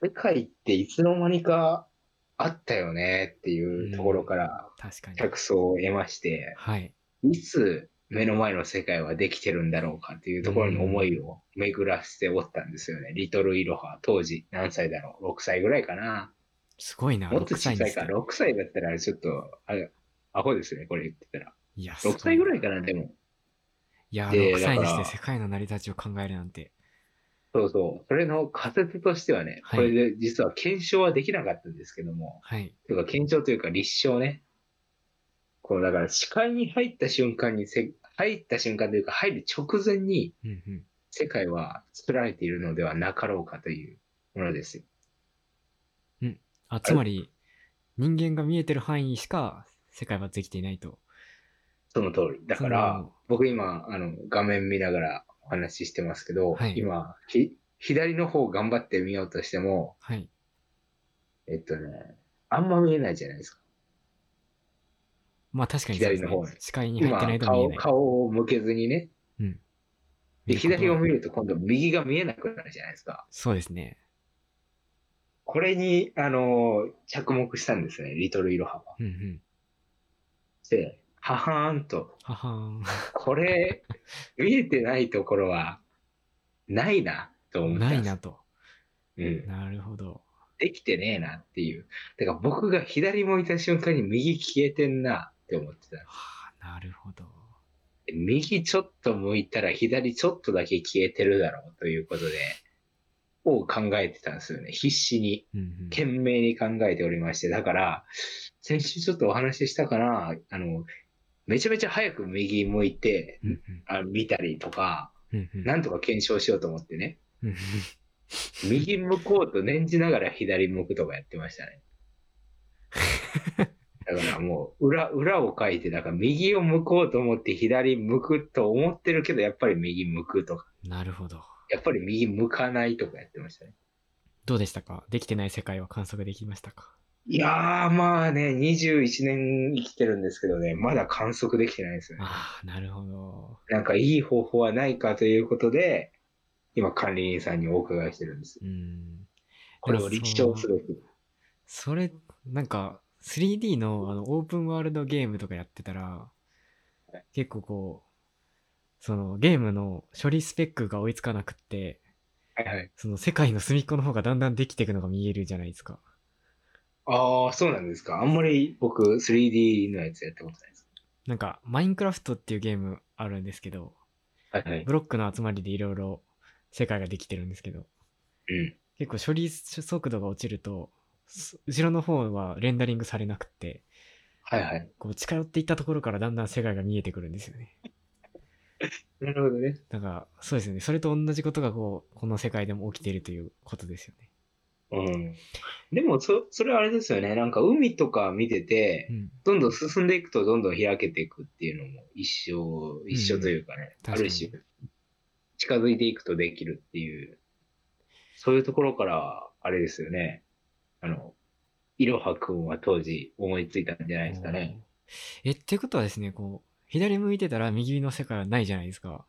Speaker 1: 世界っていつの間にかあったよねっていうところから
Speaker 2: 確かに。
Speaker 1: 着想を得まして、
Speaker 2: はい。
Speaker 1: いつ目の前の世界はできてるんだろうかっていうところに思いを巡らせておったんですよね。リトルイロハ、当時何歳だろう ?6 歳ぐらいかな。
Speaker 2: すごいな、
Speaker 1: もっと
Speaker 2: 6
Speaker 1: 小
Speaker 2: 歳
Speaker 1: さ
Speaker 2: に
Speaker 1: い
Speaker 2: し
Speaker 1: か。
Speaker 2: て。
Speaker 1: 6歳だったらちょっと、あれ、アホですね、これ言ってたら。
Speaker 2: いや、
Speaker 1: 6歳ぐらい
Speaker 2: か。
Speaker 1: かな、でも。
Speaker 2: いや、
Speaker 1: で
Speaker 2: 6歳にし
Speaker 1: だか
Speaker 2: て
Speaker 1: ら
Speaker 2: 世界の成り立ちを考えるなんて。
Speaker 1: そうそう。それの仮説としてはね、
Speaker 2: はい
Speaker 1: これで実は検証はできなかったんですけども、
Speaker 2: はい。
Speaker 1: というか検証というか立証ね。こうだから視界に入った瞬間にせ、入った瞬間というか入る直前に
Speaker 2: うんうん。
Speaker 1: 世界は作られているのではなかろうかというものですよ。
Speaker 2: あ、つまり、人間が見えてる範囲しか世界はできていないと。
Speaker 1: その通り。だから
Speaker 2: その、
Speaker 1: 僕今、あの、画面見ながらお話ししてますけど、
Speaker 2: はい
Speaker 1: 今、ひ左の方頑張ってみようとしても、
Speaker 2: はい。
Speaker 1: えっとね、あんま見えないじゃないですか。
Speaker 2: まあ確かにそうですね
Speaker 1: 左の方に
Speaker 2: 視界に入っ
Speaker 1: 今
Speaker 2: てないと見え
Speaker 1: 顔、
Speaker 2: ない。
Speaker 1: 顔を向けずにね。
Speaker 2: うん
Speaker 1: で、左を見ると今度右が見えなくなるじゃないですか。
Speaker 2: そうですね。
Speaker 1: これに、あのー着目したんですね、リトルイロハは。
Speaker 2: うんうん。
Speaker 1: で、ははーんと、
Speaker 2: ははーん。
Speaker 1: これ、見えてないところは、ないな、と思ったん
Speaker 2: な
Speaker 1: です
Speaker 2: いなと。
Speaker 1: うん。
Speaker 2: なるほど。
Speaker 1: できてねえなっていう。だから僕が左向いた瞬間に右消えてんなって思ってた。
Speaker 2: はあ、なるほど。
Speaker 1: 右ちょっと向いたら左ちょっとだけ消えてるだろうということで、を考えてたんですよね。必死に、
Speaker 2: うんうん。
Speaker 1: 懸命に考えておりまして。だから、先週ちょっとお話ししたかな、あの、めちゃめちゃ早く右向いて、
Speaker 2: うんうん
Speaker 1: あ見たりとか、
Speaker 2: うんうん
Speaker 1: なんとか検証しようと思ってね。
Speaker 2: うんうん
Speaker 1: 右向こうと念じながら左向くとかやってましたね。だからもう裏、裏を書いて、だから右を向こうと思って左向くと思ってるけど、やっぱり右向くとか、
Speaker 2: なるほど。
Speaker 1: やっぱり右向かないとかやってましたね。
Speaker 2: どうでしたかできてない世界は観測できましたか
Speaker 1: いやー、まあね、21年生きてるんですけどね、まだ観測できてないですよね。
Speaker 2: ああ、なるほど。
Speaker 1: なんかいい方法はないかということで、今管理人さんにお伺いしてるんです。
Speaker 2: うん。
Speaker 1: これを立証すべく。
Speaker 2: それ、なんか、3D のあのオープンワールドゲームとかやってたら、結構こう、そのゲームの処理スペックが追いつかなくって、
Speaker 1: はいはい。
Speaker 2: その世界の隅っこの方がだんだんできていくのが見えるじゃないですか。
Speaker 1: ああ、そうなんですか。あんまり僕 3D のやつやったことないです。
Speaker 2: なんか、マインクラフトっていうゲームあるんですけど、
Speaker 1: はいはい。
Speaker 2: ブロックの集まりでいろいろ世界ができてるんですけど、
Speaker 1: うん。
Speaker 2: 結構処理速度が落ちると、す後ろの方はレンダリングされなくって、
Speaker 1: はいはい。
Speaker 2: こう近寄っていったところからだんだん世界が見えてくるんですよね。
Speaker 1: なるほどね。
Speaker 2: だから、そうですよね。それと同じことがこう、この世界でも起きているということですよね。
Speaker 1: うん。でもそ、それはあれですよね。なんか海とか見てて
Speaker 2: う、ん。
Speaker 1: どんどん進んでいくとどんどん開けていくっていうのも一緒、一緒というかね。
Speaker 2: うん
Speaker 1: ある種、近づいていくとできるっていう、そういうところから、あれですよね。あの、いろはくんは当時思いついたんじゃないですかね。
Speaker 2: え、ってことはですね、こう、左向いてたら右の世界はないじゃないですか。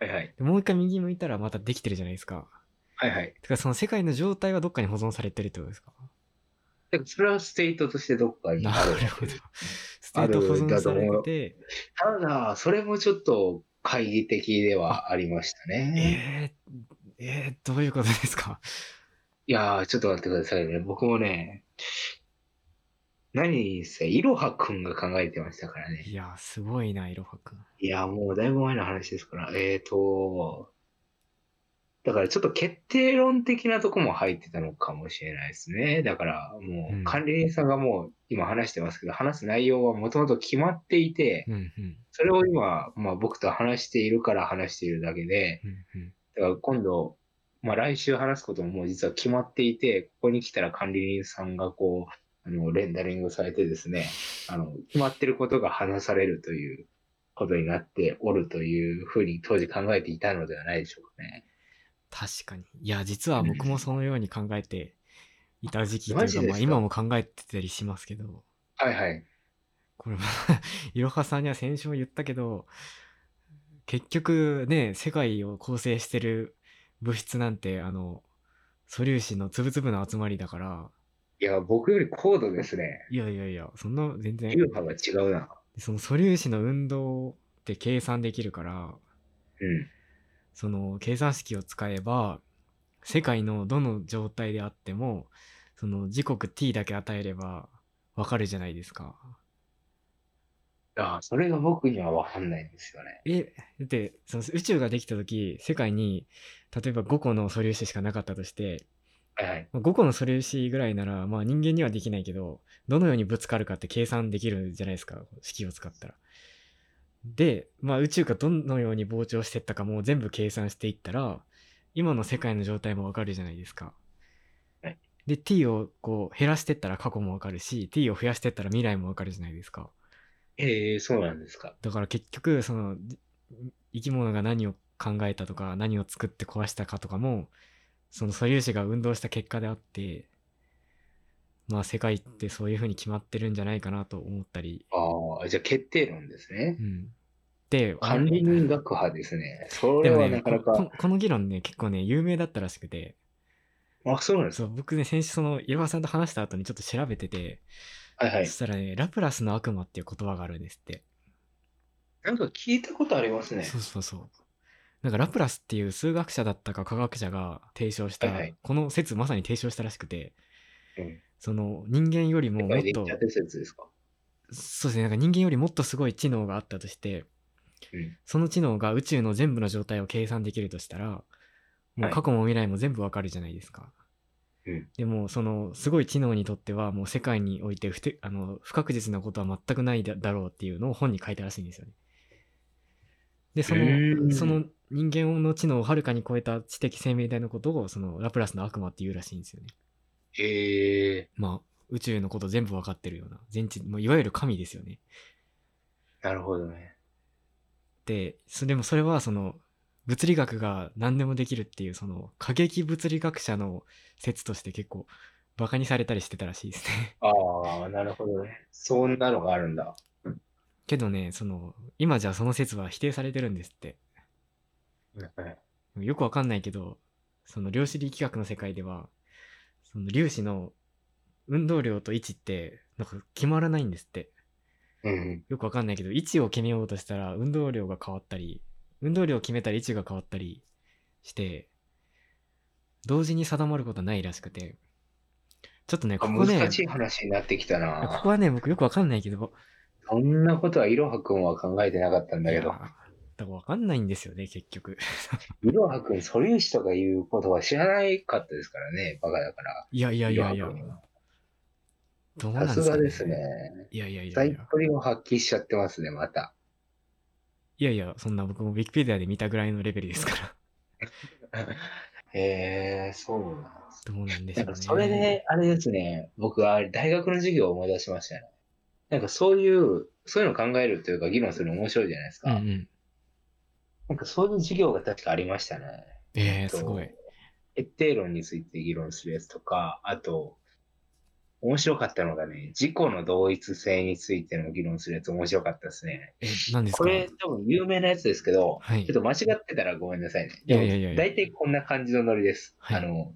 Speaker 1: はいはい。
Speaker 2: でもう一回右向いたらまたできてるじゃないですか。
Speaker 1: はいはい。
Speaker 2: てか、その世界の状態はどっかに保存されてるってことですか
Speaker 1: だからそれはステートとしてどっかに
Speaker 2: な
Speaker 1: ある。
Speaker 2: る ほど。ステート保存されてて、
Speaker 1: ただ、それもちょっと懐疑的ではありましたね。
Speaker 2: えー、えー、どういうことですか
Speaker 1: いやー、ちょっと待ってくださいね。僕もね、何せ、いろはくんが考えてましたから
Speaker 2: い
Speaker 1: ね。
Speaker 2: やー、すごいな、いろはくん。
Speaker 1: いやー、もうだいぶ前の話ですから。えーと、だからちょっと決定論的なとこも入ってたのかもしれないですね。だからも
Speaker 2: う
Speaker 1: うん管理人さんがもう今話してますけど、話す内容はもともと決まっていて、
Speaker 2: うんうん。
Speaker 1: それを今、まあ僕と話しているから話しているだけで、
Speaker 2: うんうん。
Speaker 1: だから今度、まあ、来週話すことももう実は決まっていて、ここに来たら管理人さんがこう、あのレンダリングされてですね、あの決まってることが話されるということになっておるというふうに当時考えていたのではないでしょうかね。
Speaker 2: 確かに。いや、実は僕もそのように考えていた時期と
Speaker 1: マ
Speaker 2: いう
Speaker 1: ジ
Speaker 2: か、
Speaker 1: ですか
Speaker 2: まあ今も考えてたりしますけど、
Speaker 1: はいはい。
Speaker 2: これは、 いろはさんには先週も言ったけど、結局ね、世界を構成してる物質なんて、あの、素粒子の粒々の集まりだから、
Speaker 1: いや、僕より高度ですね。
Speaker 2: いやいやいや、そんな全然
Speaker 1: 流、派が違うな。
Speaker 2: その素粒子の運動って計算できるから、
Speaker 1: うん。
Speaker 2: その計算式を使えば世界のどの状態であってもその時刻 t だけ与えればわかるじゃないですか。
Speaker 1: あそれが僕には分かんないんですよね。
Speaker 2: えだってその宇宙ができた時世界に例えば5個の素粒子しかなかったとして
Speaker 1: はいはい。
Speaker 2: まあ5個の素粒子ぐらいなら、まあ、人間にはできないけどどのようにぶつかるかって計算できるじゃないですか式を使ったら。で、まあ、宇宙がどのように膨張してったかもう全部計算していったら今の世界の状態もわかるじゃないですか
Speaker 1: はい。
Speaker 2: で t をこう減らしてったら過去もわかるし t を増やしてったら未来もわかるじゃないですか。
Speaker 1: えー、そうなんですか。
Speaker 2: だから結局そのじ生き物が何を考えたとか何を作って壊したかとかもその素粒子が運動した結果であってまあ世界ってそういうふうに決まってるんじゃないかなと思ったり。
Speaker 1: ああ、じゃあ決定論ですね
Speaker 2: う。ん、で、あ
Speaker 1: 管理人学派ですね。そ
Speaker 2: で
Speaker 1: れ
Speaker 2: も
Speaker 1: はな
Speaker 2: ね
Speaker 1: か
Speaker 2: こ
Speaker 1: なか。
Speaker 2: ここの議論ね、結構ね、有名だったらしくて、
Speaker 1: あ、そうなんです
Speaker 2: そう僕ね、先週その、岩場さんと話した後にちょっと調べてて、
Speaker 1: はいはい
Speaker 2: そ。したらね、ラプラスの悪魔っていう言葉があるんですって。
Speaker 1: なんか聞いたことありますね。
Speaker 2: そうそうそう。なんかラプラスっていう数学者だったか科学者が提唱した、
Speaker 1: はいはい
Speaker 2: この説まさに提唱したらしくて、
Speaker 1: うん
Speaker 2: その人間よりも
Speaker 1: 世
Speaker 2: もっ
Speaker 1: 界で
Speaker 2: と
Speaker 1: 言っちゃって説ですか。
Speaker 2: そうですねなんか人間よりもっとすごい知能があったとして
Speaker 1: うん。
Speaker 2: その知能が宇宙の全部の状態を計算できるとしたらも
Speaker 1: は
Speaker 2: う
Speaker 1: い
Speaker 2: 過去も未来も全部わかるじゃないですか、
Speaker 1: うん
Speaker 2: でもそのすごい知能にとってはもう世界において不てあの不確実なことは全くないだだろうっていうのを本に書いたらしいんですよねでその、
Speaker 1: へー
Speaker 2: その人間の知能をはるかに超えた知的生命体のことをそのラプラスの悪魔っていうらしいんですよね
Speaker 1: へえ
Speaker 2: まあ宇宙のこと全部わかってるような全知もういわゆる神ですよね
Speaker 1: ー、なるほどね。
Speaker 2: でそでもそれはその物理学が何でもできるっていうその過激物理学者の説として結構バカにされたりしてたらしいですね
Speaker 1: ああ、なるほどね。そんなのがあるんだ。
Speaker 2: けどねその今じゃその説は否定されてるんですって
Speaker 1: はい
Speaker 2: よくわかんないけどその量子力学の世界ではその粒子の運動量と位置ってなんか決まらないんですって
Speaker 1: うん。
Speaker 2: よくわかんないけど位置を決めようとしたら運動量が変わったり運動量を決めたら位置が変わったりして同時に定まることはないらしくてちょっとねこ
Speaker 1: あ
Speaker 2: こね
Speaker 1: 難しい話になってきたな。
Speaker 2: ここはね僕よくわかんないけど
Speaker 1: そんなことはイロハ君は考えてなかったんだけ
Speaker 2: い
Speaker 1: ど
Speaker 2: や、だからわかんないんですよね結局
Speaker 1: イロハ君、素粒子とかいうことは知らないかったですからね、バカだから。
Speaker 2: いやいやいやいや
Speaker 1: イロハ
Speaker 2: ど
Speaker 1: 君
Speaker 2: うなん
Speaker 1: はさ
Speaker 2: です
Speaker 1: すが
Speaker 2: かね
Speaker 1: ですね。
Speaker 2: いやいやいやい
Speaker 1: 最
Speaker 2: や
Speaker 1: 高を発揮しちゃってますね、また。
Speaker 2: いやいやそんな僕もウィキペディアで見たぐらいのレベルですから
Speaker 1: えー、そうなんです。
Speaker 2: どうなんでし
Speaker 1: な
Speaker 2: ょ
Speaker 1: ん
Speaker 2: う
Speaker 1: か
Speaker 2: ね
Speaker 1: それで、あれですね、僕は大学の授業を思い出しましたね。なんかそういう、そういうのを考えるというか議論するの面白いじゃないです
Speaker 2: う
Speaker 1: か。
Speaker 2: んうん
Speaker 1: なんかそういう授業が確かありましたね。
Speaker 2: え
Speaker 1: え
Speaker 2: ー、
Speaker 1: っと
Speaker 2: すごい
Speaker 1: 決定論について議論するやつとか、あと、面白かったのがね、自己の同一性についての議論するやつ面白かったですね。
Speaker 2: え何ですか
Speaker 1: これ多分有名なやつですけど、
Speaker 2: はい
Speaker 1: ちょっと間違ってたらごめんなさいね。
Speaker 2: いやいやいやいや
Speaker 1: 大体こんな感じのノリです。
Speaker 2: はい
Speaker 1: あの、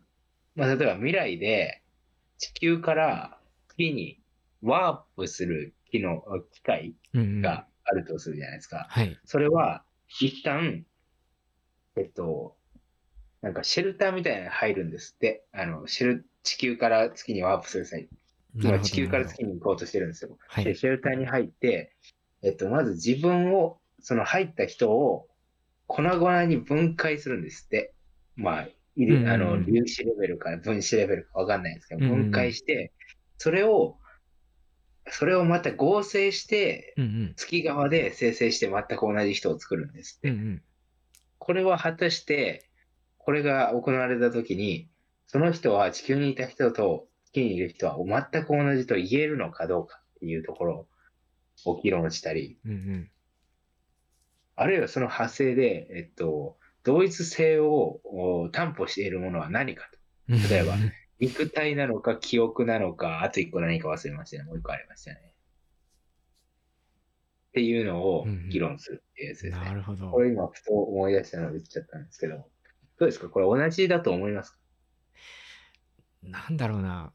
Speaker 1: まあ、例えば未来で地球から月にワープする機能、機械
Speaker 2: うんうんは
Speaker 1: があるとするじゃないですか。
Speaker 2: い
Speaker 1: それは、一旦、えっと、なんかシェルターみたいなのに入るんですって。あの、シェル、地球から月にワープする際、
Speaker 2: な
Speaker 1: 今
Speaker 2: るほど
Speaker 1: 地球から
Speaker 2: なるほど
Speaker 1: 月に行こうとしてるんですよ。
Speaker 2: はい
Speaker 1: で、シェルターに入って、えっと、まず自分を、その入った人を粉々に分解するんですって。まあ、い
Speaker 2: うんうんうん
Speaker 1: れあの、粒子レベルから分子レベルかわかんないですけど、
Speaker 2: うんうん
Speaker 1: 分解して、それを、それをまた合成して、
Speaker 2: うんうん
Speaker 1: 月側で生成して全く同じ人を作るんですって。
Speaker 2: うんうん
Speaker 1: これは果たして、これが行われた時に、その人は地球にいた人と月にいる人は全く同じと言えるのかどうかっていうところを議論したり、
Speaker 2: うんうん
Speaker 1: あるいはその派生で、えっと、同一性をお担保しているものは何かと。例えば肉体なのか記憶なのか、あと一個何か忘れましたね。もう一個ありましたね。っていうのを議論するっていうやつですね。
Speaker 2: なるほど
Speaker 1: こ。れ今、ふと思い出したので言っちゃったんですけど、どうですかこれ同じだと思いますか
Speaker 2: なんだろうな。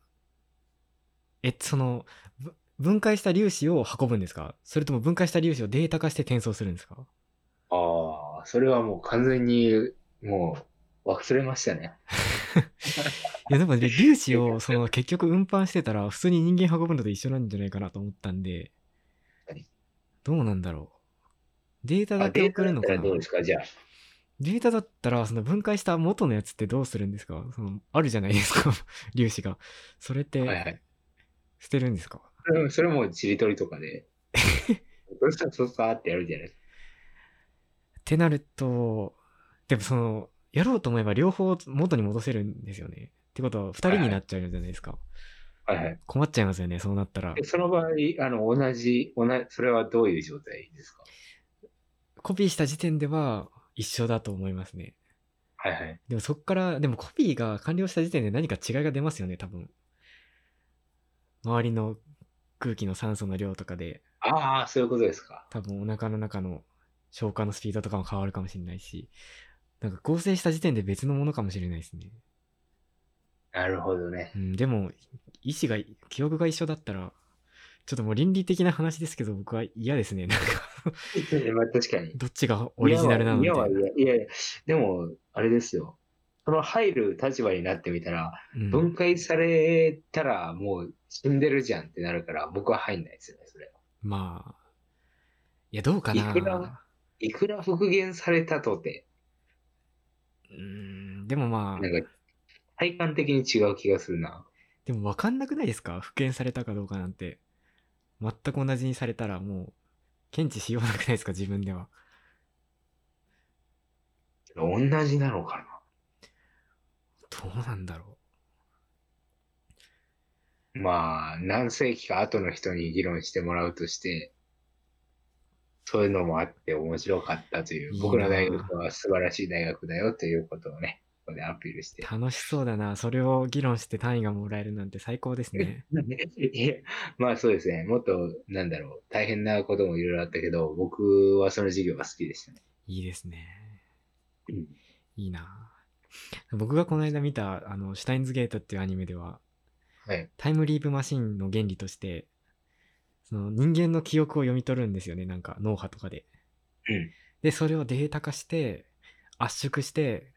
Speaker 2: え、その、ぶ分解した粒子を運ぶんですかそれとも分解した粒子をデータ化して転送するんですか
Speaker 1: ああ、それはもう完全に、もう、忘れましたね。
Speaker 2: いや、でもね粒子 をその結局運搬してたら、普通に人間運ぶのと一緒なんじゃないかなと思ったんで
Speaker 1: 確かに、
Speaker 2: どうなんだろう。データ
Speaker 1: あ
Speaker 2: だけ
Speaker 1: デー
Speaker 2: 送
Speaker 1: タ
Speaker 2: る
Speaker 1: だっ
Speaker 2: の
Speaker 1: た
Speaker 2: からな
Speaker 1: どうですかじゃあ。
Speaker 2: データだったら、その分解した元のやつってどうするんですかそのあるじゃないですか、 粒子が。それっ
Speaker 1: はいはい
Speaker 2: て、捨てるんですか
Speaker 1: それそれもちりとりとかで。どうしたらそうさーってやるじゃないですか。
Speaker 2: ってなるとでもそのやろうと思えば両方元に戻せるんですよねってことは2人になっちゃうじゃないですか、
Speaker 1: はいはい。
Speaker 2: 困っちゃいますよねそうなったら
Speaker 1: でその場合、あの、同じ、同じ、それはどういう状態ですか
Speaker 2: コピーした時点では一緒だと思いますね
Speaker 1: はいはい。
Speaker 2: でもそっからでもコピーが完了した時点で何か違いが出ますよね多分周りの空気の酸素の量とかで、
Speaker 1: ああ、そういうことですか。
Speaker 2: 多分お腹の中の消化のスピードとかも変わるかもしれないし、なんか合成した時点で別のものかもしれないですね。
Speaker 1: なるほどね。
Speaker 2: うん、でも、意思が、記憶が一緒だったら、ちょっともう倫理的な話ですけど、僕は嫌ですね。なんか
Speaker 1: まあ確かに。
Speaker 2: どっちがオリジナルなのみ
Speaker 1: いや
Speaker 2: たい
Speaker 1: は
Speaker 2: な。
Speaker 1: いやいやいや、でも、あれですよ。その入る立場になってみたら、
Speaker 2: うん
Speaker 1: 分解されたらもう死んでるじゃんってなるから、僕は入んないですよね、それ。
Speaker 2: まあ。いや、どうかない
Speaker 1: くらいくら復元されたとて、
Speaker 2: うーん、でもまあ、
Speaker 1: なんか、体感的に違う気がするな。
Speaker 2: でも分かんなくないですか復元されたかどうかなんて。全く同じにされたらもう、検知しようなくないですか自分では。
Speaker 1: 同じなのかな。
Speaker 2: どうなんだろ
Speaker 1: まあ、何世紀か後の人に議論してもらうとして、そういうのもあって面白かったという、
Speaker 2: いいなあ
Speaker 1: 僕ら大学は素晴らしい大学だよということをね、ここでアピールして
Speaker 2: う。。楽しそうだな。それを議論して単位がもらえるなんて最高ですね。
Speaker 1: いや まあそうですね、もっと、なんだろう、大変なこともいろいろあったけど、僕はその授業が好きでしたね。
Speaker 2: いいですね。
Speaker 1: うん
Speaker 2: いいなぁ僕がこの間見た、あの、シュタインズゲートっていうアニメでは、
Speaker 1: はい。
Speaker 2: タイムリープマシンの原理として、その人間の記憶を読み取るんですよね、なんか脳波とかで。
Speaker 1: うん
Speaker 2: で、それをデータ化して、圧縮して、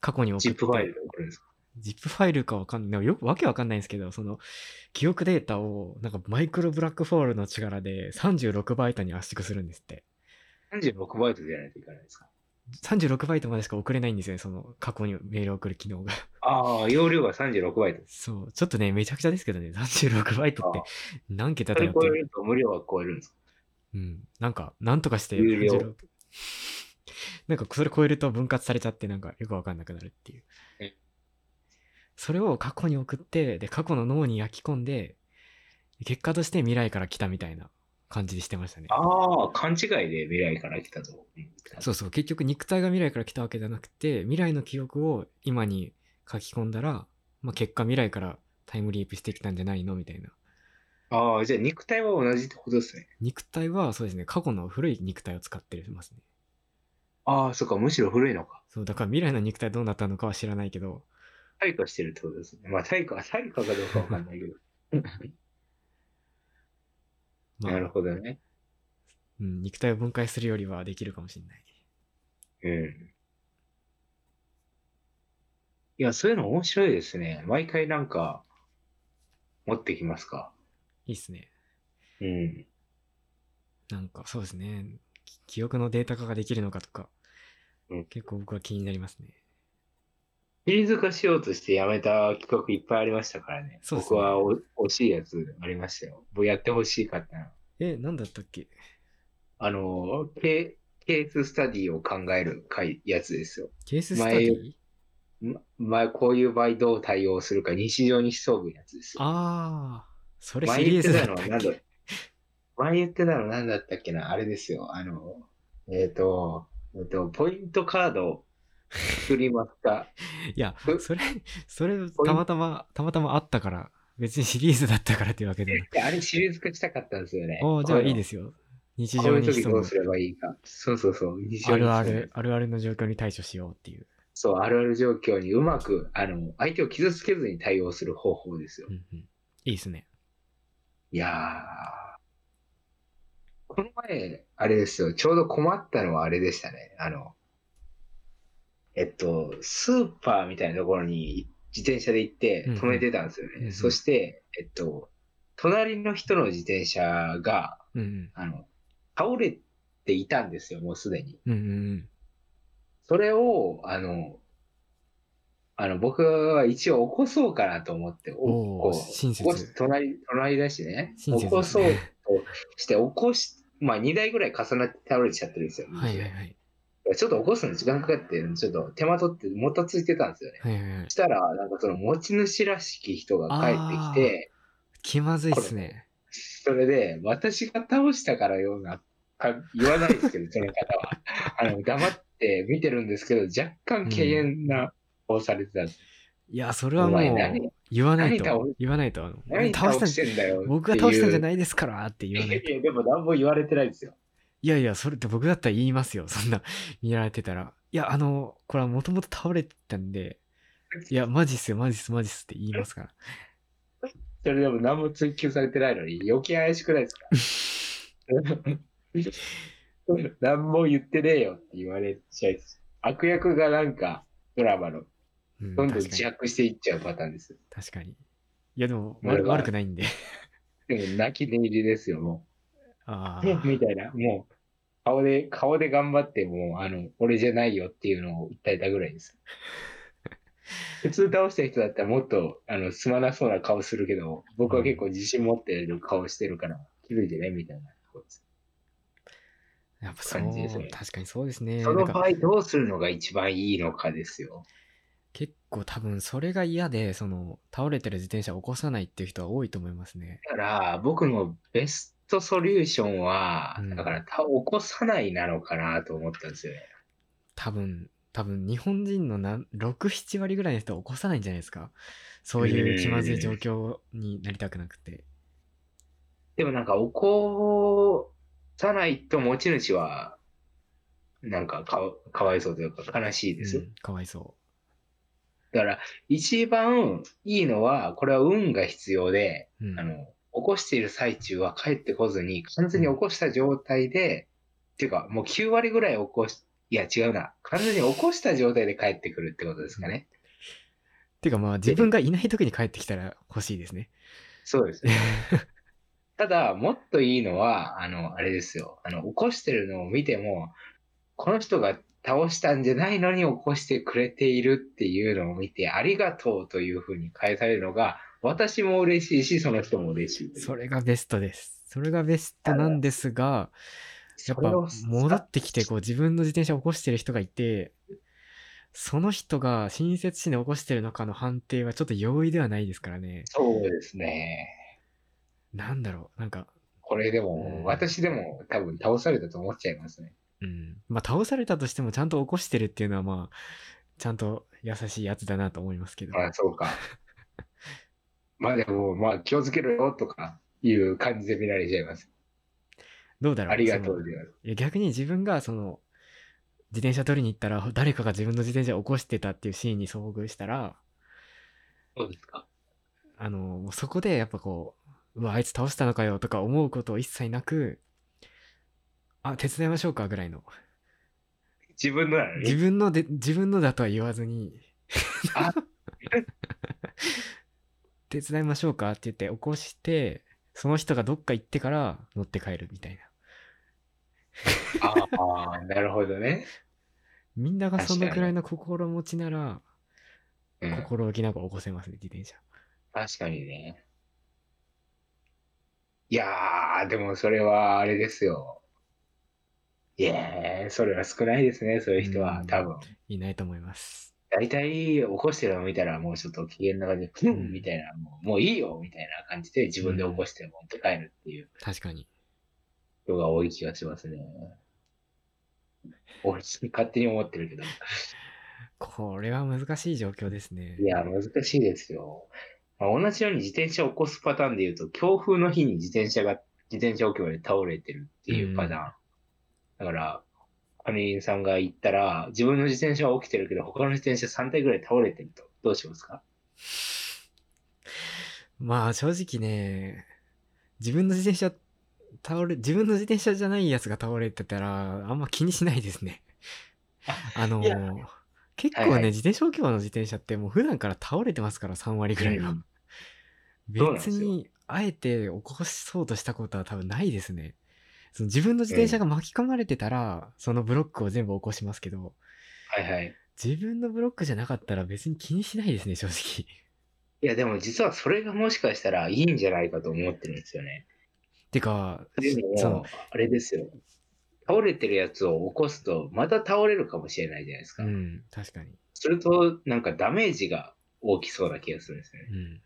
Speaker 2: 過去に送って。
Speaker 1: ジップファイルで送るんですか
Speaker 2: ジップファイルかわかんない。よくわけわかんないんですけど、その、記憶データを、なんかマイクロブラックホールの力で36バイトに圧縮するんですって。
Speaker 1: ?36 バイトじゃないといかないですか
Speaker 2: 36バイトまでしか送れないんですよね、その過去にメールを送る機 能が。
Speaker 1: ああ、容量が36バイトです。
Speaker 2: そう。ちょっとね、めちゃくちゃですけどね、36バイトっ
Speaker 1: あ
Speaker 2: て何桁
Speaker 1: そ
Speaker 2: だ
Speaker 1: れ
Speaker 2: よっ
Speaker 1: 超え
Speaker 2: て。
Speaker 1: ると無料は超えるんですか
Speaker 2: うん。なんか、なんとかして
Speaker 1: 有料
Speaker 2: 36。なんか、それ超えると分割されちゃって、なんかよくわかんなくなるっていう
Speaker 1: え。
Speaker 2: それを過去に送って、で、過去の脳に焼き込んで、結果として未来から来たみたいな感じでしてましたね。
Speaker 1: ああ、勘違いで未来から来たと。
Speaker 2: そうそう、結局肉体が未来から来たわけじゃなくて、未来の記憶を今に書き込んだら、まあ、結果未来からタイムリープしてきたんじゃないのみたいな。
Speaker 1: ああ、じゃあ肉体は同じってことですね。
Speaker 2: 肉体はそうですね過去の古い肉体を使ってますね
Speaker 1: ああ、そっか、むしろ古いのか。
Speaker 2: そうだから未来の肉体どうなったのかは知らないけど
Speaker 1: 退化してるってことですね。まあ、退化、退化かどうかわかんないけ ど。
Speaker 2: まあ
Speaker 1: なるほどね。
Speaker 2: うん、肉体を分解するよりはできるかもしれない
Speaker 1: うん。いや、そういうの面白いですね。毎回なんか、持ってきますか。
Speaker 2: いいっすね
Speaker 1: うん。
Speaker 2: なんかそうですねき記憶のデータ化ができるのかとか、
Speaker 1: うん
Speaker 2: 結構僕は気になりますね
Speaker 1: シリーズ化しようとしてやめた企画いっぱいありましたからね。
Speaker 2: そうっすね
Speaker 1: 僕はお惜しいやつありましたよ。僕やってほしいかったな。
Speaker 2: え何だったっけ
Speaker 1: あの、ケケーススタディを考える回やつですよ。
Speaker 2: ケーススタディ
Speaker 1: ま、前こういう場合どう対応するか日常に潜むやつですよ。
Speaker 2: ああそれシ
Speaker 1: 前
Speaker 2: リ
Speaker 1: 言
Speaker 2: ー
Speaker 1: って
Speaker 2: ズだ
Speaker 1: た
Speaker 2: っ
Speaker 1: のは
Speaker 2: たっ
Speaker 1: 何だ
Speaker 2: け
Speaker 1: 前言ってたの何だったっけなあれですよ。あの、えっ、と、えっ、と、ポイントカードを作りますか
Speaker 2: いや
Speaker 1: え
Speaker 2: それそれたまたまたまたまあったから別にシリーズだったからっていうわけでもなく
Speaker 1: であれシリーズ化したかったんですよね。。
Speaker 2: おーじゃあいいですすよ日
Speaker 1: こう
Speaker 2: 常
Speaker 1: いう
Speaker 2: に
Speaker 1: 時
Speaker 2: 潜
Speaker 1: ど
Speaker 2: む
Speaker 1: うすればいいか。そうそうそう。日
Speaker 2: あ
Speaker 1: 常に
Speaker 2: るあ
Speaker 1: 潜む
Speaker 2: る、あるあるの状況に対処しようっていう。
Speaker 1: そう、あるある状況にうまく、あの、相手を傷つけずに対応する方法ですよ
Speaker 2: う。んうん、いいですね。
Speaker 1: いやー、この前、あれですよ、ちょうど困ったのはあれでしたね。あの、えっと、スーパーみたいなところに自転車で行って
Speaker 2: うんうん
Speaker 1: 止めてたんですよね。
Speaker 2: うんうん
Speaker 1: そして、えっと、隣の人の自転車が、
Speaker 2: うん
Speaker 1: あの、倒れていたんですよ、もうすでに。
Speaker 2: うん。うんうん
Speaker 1: それを、あの、あの僕は一応起こそうかなと思って、
Speaker 2: おー
Speaker 1: こう
Speaker 2: 親切
Speaker 1: 起こし隣隣だしね、
Speaker 2: 親
Speaker 1: 起
Speaker 2: 切だね
Speaker 1: こそうとして、起こし、まあ2台ぐらい重なって倒れちゃってるんですよ。
Speaker 2: うん。 はいはいはい。
Speaker 1: ちょっと起こすの時間かかって、ちょっと手間取ってもたついてたんですよね。
Speaker 2: はいはいはい
Speaker 1: そし。たら、なんかその持ち主らしき人が帰ってきて、
Speaker 2: 気まずいっすね。
Speaker 1: それで、私が倒したからような、か言わないです けど、その方は。あの黙って見てるんですけど、若干敬遠な、をされてたんです
Speaker 2: いや、それはも
Speaker 1: お前何
Speaker 2: う、言わない
Speaker 1: 何倒
Speaker 2: と
Speaker 1: し、
Speaker 2: 言わないと、あの、
Speaker 1: 何倒
Speaker 2: 倒したん
Speaker 1: し
Speaker 2: じ
Speaker 1: てんだよ
Speaker 2: ゃ、僕が倒したんじゃ
Speaker 1: い
Speaker 2: ないですからって言わない
Speaker 1: や
Speaker 2: と。
Speaker 1: いや、でも何も言われてないですよ。
Speaker 2: いやいや、それって僕だったら言いますよ、 そんな、見られてたら。いや、あの、これはもともと倒れてたんで、いや、マジっすよ、マジっす、マジっすって言いますから。
Speaker 1: それでも何も追求されてないのに余計怪しくないですか 何も言ってねえよって言われちゃいます悪役がなんかドラマの
Speaker 2: うん、
Speaker 1: どんどん
Speaker 2: 確か
Speaker 1: 自
Speaker 2: に。
Speaker 1: 白していっちゃうパターンです。
Speaker 2: 確かに。いや、でも、
Speaker 1: 俺
Speaker 2: 悪
Speaker 1: は
Speaker 2: 悪くないんで。
Speaker 1: でも泣き寝入りですよ、も
Speaker 2: あ
Speaker 1: う。み
Speaker 2: あ。
Speaker 1: たいな。もう顔で、顔で頑張ってもう、あの、俺じゃないよっていうのを訴えたぐらいです。普通倒した人だったらもっとあのすまなそうな顔するけど、僕は結構自信持ってる顔してるから気づいてねみたいなとこです。
Speaker 2: やっぱそう、
Speaker 1: 感じですね
Speaker 2: 確かにそうですね。
Speaker 1: その
Speaker 2: なん
Speaker 1: 場
Speaker 2: か
Speaker 1: 合どうするのが一番いいのかですよ。
Speaker 2: 結構多分それが嫌で、その、倒れてる自転車を起こさないっていう人は多いと思いますね。
Speaker 1: だから僕のベストソリューションは、
Speaker 2: うん
Speaker 1: だからた起こさないなのかなと思ったんですよね。
Speaker 2: 多分、多分日本人のな6、7割ぐらいの人は起こさないんじゃないですか。そういう気まずい状況になりたくなくて。
Speaker 1: でもなんか起こさないと持ち主はなんかかわかわいそうというか悲しいです。
Speaker 2: うんかわいそ
Speaker 1: だから一番いいのはこれは運が必要で、
Speaker 2: う。うん
Speaker 1: あの起こしている最中は帰ってこずに完全に起こした状態で、っていうかもう9割ぐらい起こしいや違うな完全に起こした状態で帰ってくるってことですかね、
Speaker 2: てかまあ自分がいない時に帰ってきたら欲しいですね。
Speaker 1: そうです ねただもっといいのはあのあれですよあの起こしてるのを見てもこの人が倒したんじゃないのに起こしてくれているっていうのを見てありがとうというふうに返されるのが私も嬉しいしその人も嬉しい
Speaker 2: それがベストです。それがベストなんですが、やっ
Speaker 1: そ
Speaker 2: ぱ
Speaker 1: れを
Speaker 2: 戻ってきてこう自分の自転車を起こしてる人がいて、その人が親切心で起こしてるのかの判定はちょっと容易ではないですからね。
Speaker 1: そうですね
Speaker 2: なんだろう、なんか、
Speaker 1: これで
Speaker 2: う
Speaker 1: も
Speaker 2: ん、
Speaker 1: 私でも多分倒されたと思っちゃいますね。
Speaker 2: うん。まあ倒されたとしてもちゃんと起こしてるっていうのはまあ、ちゃんと優しいやつだなと思いますけど。
Speaker 1: まあ、そう か。まあでも、まあ気をつけろよとかいう感じで見られちゃいます。
Speaker 2: どうだろう
Speaker 1: ありがと
Speaker 2: そうの
Speaker 1: で
Speaker 2: いや逆に自分がその自転車取りに行ったら 誰かが自分の自転車を起こしてたっていうシーンに遭遇したら
Speaker 1: そうですか。
Speaker 2: あのもうそこでやっぱこううわあいつ倒したのかよとか思うことを一切なくあ手伝いましょうかぐらいの
Speaker 1: 自分のなの
Speaker 2: 自
Speaker 1: に。
Speaker 2: 分ので自分のだとは言わずに
Speaker 1: あ
Speaker 2: 手伝いましょうかって言って起こしてその人がどっか行ってから乗って帰るみたいな
Speaker 1: ああ、なるほどね。
Speaker 2: みんながそ
Speaker 1: 確か
Speaker 2: の
Speaker 1: に
Speaker 2: くらいの心持ちなら
Speaker 1: うん、
Speaker 2: 心置きなく起こせますね自転車
Speaker 1: 確かにね。いやー、でもそれはあれですよ。いやー、それは少ないですね、そういう人は
Speaker 2: う。ん
Speaker 1: 多分。
Speaker 2: いないと思います
Speaker 1: 大体起こしてるのを見たらもうちょっと機嫌な感じで、
Speaker 2: う
Speaker 1: うんん、みたいなもう、もういいよみたいな感じで自分で起こして持って帰るっていう
Speaker 2: 確かに。
Speaker 1: 人が多い気がしますね。 俺、勝手に思ってるけど。
Speaker 2: これは難しい状況ですね。
Speaker 1: いや、難しいですよ。まあ、同じように自転車を起こすパターンで言うと、強風の日に自転車が、自転車置き場で倒れてるっていうパターン。だから、管理人さんが言ったら、自分の自転車は起きてるけど、他の自転車3台ぐらい倒れてると、どうしますか
Speaker 2: まあ正直ね、自分の自転車、倒れ、自分の自転車じゃないやつが倒れてたら、あんま気にしないですね。あの
Speaker 1: いや
Speaker 2: 結構ね、
Speaker 1: はいはい
Speaker 2: 自転車置き場の自転車ってもう普段から倒れてますから、3割ぐらいは。
Speaker 1: うんそうなんで
Speaker 2: 別
Speaker 1: すよ
Speaker 2: に、あえて起こそうとしたことは多分ないですね。その自分の自転車が巻き込まれてたら、そのブロックを全部起こしますけど、
Speaker 1: はいはい。
Speaker 2: 自分のブロックじゃなかったら別に気にしないですね、正直。
Speaker 1: いや、でも実はそれがもしかしたらいいんじゃないかと思ってるんですよね。
Speaker 2: てか、
Speaker 1: で
Speaker 2: そ
Speaker 1: も
Speaker 2: の、、
Speaker 1: あれですよ。倒れてるやつを起こすと、また倒れるかもしれないじゃないです
Speaker 2: う
Speaker 1: か。
Speaker 2: ん、確かに。
Speaker 1: すると、なんかダメージが大きそうな気がするんですよね。
Speaker 2: うん。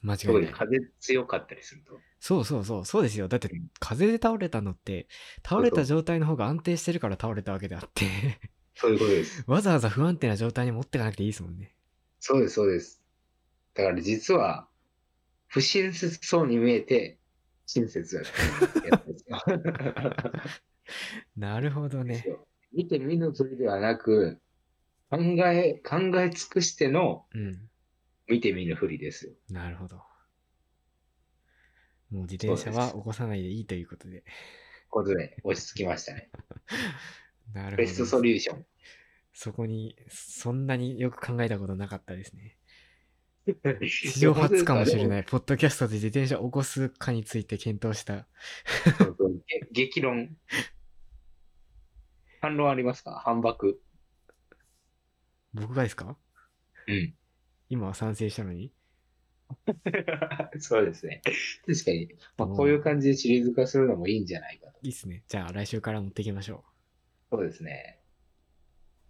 Speaker 2: 間違い
Speaker 1: 特
Speaker 2: な
Speaker 1: に
Speaker 2: い。
Speaker 1: 風強かったりすると。
Speaker 2: そうそうそう、そうですよ。だって
Speaker 1: うん、
Speaker 2: 風で倒れたのって、倒れた状態の方が安定してるから倒れたわけであって、
Speaker 1: そういうことです。
Speaker 2: わざわざ不安定な状態に持ってかなくていいですもんね。
Speaker 1: そうです、そうです。だから実は、不親切そうに見えて、親切だったやつですよ
Speaker 2: なるほど ね。
Speaker 1: 見て見ぬふりではなく、考え、考え尽くしての
Speaker 2: うん。
Speaker 1: 見て見ぬふりですよ。
Speaker 2: なるほど。もう自転車は起こさないでいいということで。
Speaker 1: ことで落ち着きましたね。
Speaker 2: なるほど。
Speaker 1: ベストソリューション。。
Speaker 2: そこに、そんなによく考えたことなかったですね。史上初かもしれないい。ポッドキャストで自転車起こすかについて検討した。
Speaker 1: そうそうげ激論。反論ありますか反駁。
Speaker 2: 僕がですか
Speaker 1: うん。
Speaker 2: 今は賛成したのに。
Speaker 1: そうですね。確かに、まあ、こういう感じでシリーズ化するのもいいんじゃないかと。
Speaker 2: いいっすね。じゃあ来週から持っていきましょ
Speaker 1: そうですね。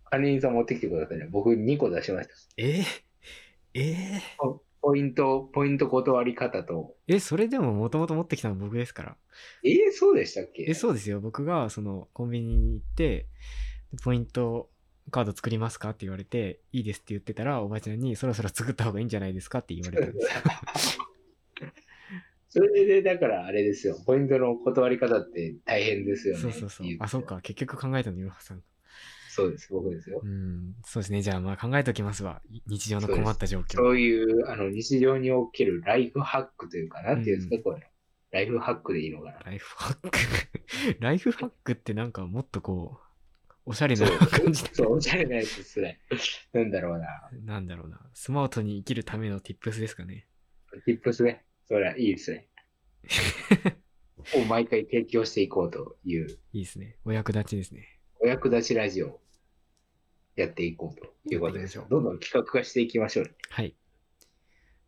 Speaker 1: 管理人さん持ってきてくださいね。僕2個出しました。
Speaker 2: う。えー、えー、
Speaker 1: ポイント、ポイント断り方と。
Speaker 2: え、それでももともと持ってきたの僕ですから。
Speaker 1: えー、そうでしたっけ
Speaker 2: え、そうですよ。僕が、その、コンビニに行って、ポイントカード作りますかって言われて、いいですって言ってたら、おばちゃんに、そろそろ作った方がいいんじゃないですかって言われたんですよ。
Speaker 1: それで、だからあれですよ。ポイントの断り方って大変ですよね。
Speaker 2: そうそうそう
Speaker 1: ってい。
Speaker 2: あ、そう。か。結局考えたの、いろはさん。
Speaker 1: そうです、僕ですよ。
Speaker 2: うん、そうですね。じゃあ、まあ考えときますわ。い日常の困った状況。
Speaker 1: そういう、あの、日常におけるライフハックというか、なんていうんですか、
Speaker 2: うん
Speaker 1: これ。ライフハックでいいのかな。
Speaker 2: ライフハック。 ライフハックってなんかもっとこう、おしゃれ
Speaker 1: そ
Speaker 2: な感
Speaker 1: う、
Speaker 2: じ
Speaker 1: そう、おしゃれなやつですね。なんだろうな。
Speaker 2: なんだろうな。スマートに生きるための tips ですかね。
Speaker 1: ティップスね。それはいいですね。を毎回提供していこうという、
Speaker 2: いいですね。お役立ちですね。
Speaker 1: お役立ちラジオをやっていこうということです
Speaker 2: や
Speaker 1: よ
Speaker 2: っ。ていき
Speaker 1: ど
Speaker 2: ましょ
Speaker 1: んどん企画化していきましょうね。
Speaker 2: はい。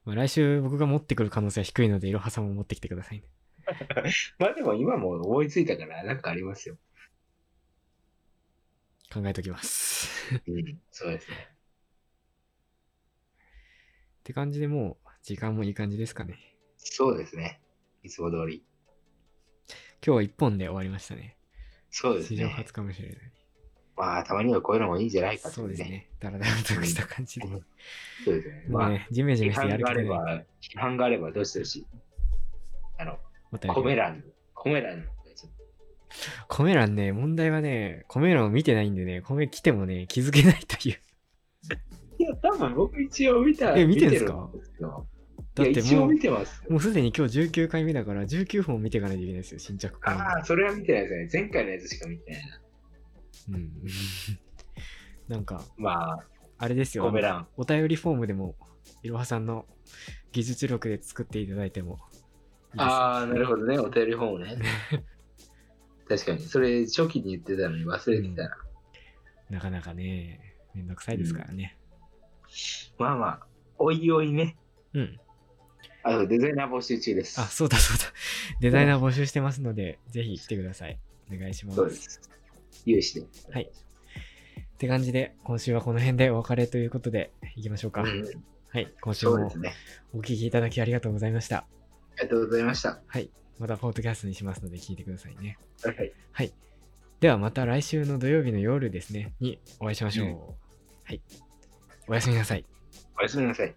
Speaker 2: まあ、来週僕が持ってくる可能性は低いので、いろはさんも持ってきてくださいね。
Speaker 1: まあでも今も思いついたからなんかありますよ。
Speaker 2: 考えときます。 っ
Speaker 1: うん、そうですね。
Speaker 2: て感じでもう、時間もいい感じですかね。
Speaker 1: そうですね。いつも通り。
Speaker 2: 今日は1本で終わりましたね。
Speaker 1: そうです
Speaker 2: 史上
Speaker 1: ね
Speaker 2: 初。かもしれない。
Speaker 1: まあたまにはこういうのもいいんじゃないかと
Speaker 2: そう
Speaker 1: い
Speaker 2: で
Speaker 1: う
Speaker 2: す
Speaker 1: ね。
Speaker 2: ね。だらだらとした感じで。
Speaker 1: うん
Speaker 2: も
Speaker 1: そうですね。まあ、
Speaker 2: うね、ジメジ
Speaker 1: 批
Speaker 2: メしてや
Speaker 1: 判
Speaker 2: る
Speaker 1: が
Speaker 2: 気
Speaker 1: あ
Speaker 2: な
Speaker 1: れ
Speaker 2: い。
Speaker 1: ば、批判があればどしどし。あの、
Speaker 2: お便り
Speaker 1: コメ欄、コメ欄、ちょっと
Speaker 2: コメ欄ね、問題はね、コメ欄を見てないんでね、コメ来てもね、気づけないという。
Speaker 1: いや、多分僕一応見た。
Speaker 2: え見てんすか
Speaker 1: 見てるんですよい
Speaker 2: だっ
Speaker 1: や、
Speaker 2: て
Speaker 1: 一
Speaker 2: も
Speaker 1: 応
Speaker 2: う
Speaker 1: 見、てますよ。
Speaker 2: もうすでに今日19回目だから、19本見ていかないといけないですよ、新着コメ
Speaker 1: ああ、それは見てないですね。前回のやつしか見てないな。
Speaker 2: うん。 なんか、
Speaker 1: まあ、
Speaker 2: あれですよ、
Speaker 1: コメ欄。
Speaker 2: お便りフォームでも、いろはさんの技術力で作っていただいてもいいです。
Speaker 1: ああ、なるほどね。お便りフォームね。確かに。それ、初期に言ってたのに忘れてたな。
Speaker 2: なかなかね、めんどくさいですからね。
Speaker 1: まあまあ、おいおいね。
Speaker 2: うん。
Speaker 1: あと、デザイナー募集中です。
Speaker 2: あ、そうだそうだ。 デザイナー募集してますので、ぜひ来てください。お願いします。
Speaker 1: そうです。有志で。
Speaker 2: はい。って感じで、今週はこの辺でお別れということで、いきましょうか。
Speaker 1: うん
Speaker 2: はい、今週
Speaker 1: そうで
Speaker 2: も
Speaker 1: すね。
Speaker 2: お聞きいただきありがとうございました。
Speaker 1: ありがとうございました。
Speaker 2: はい、またポッドキャストにしますので聞いてくださいね。
Speaker 1: はい。
Speaker 2: はい。ではまた来週の土曜日の夜ですね、にお会いしましょう。はい。おやすみなさい。
Speaker 1: おやすみなさい。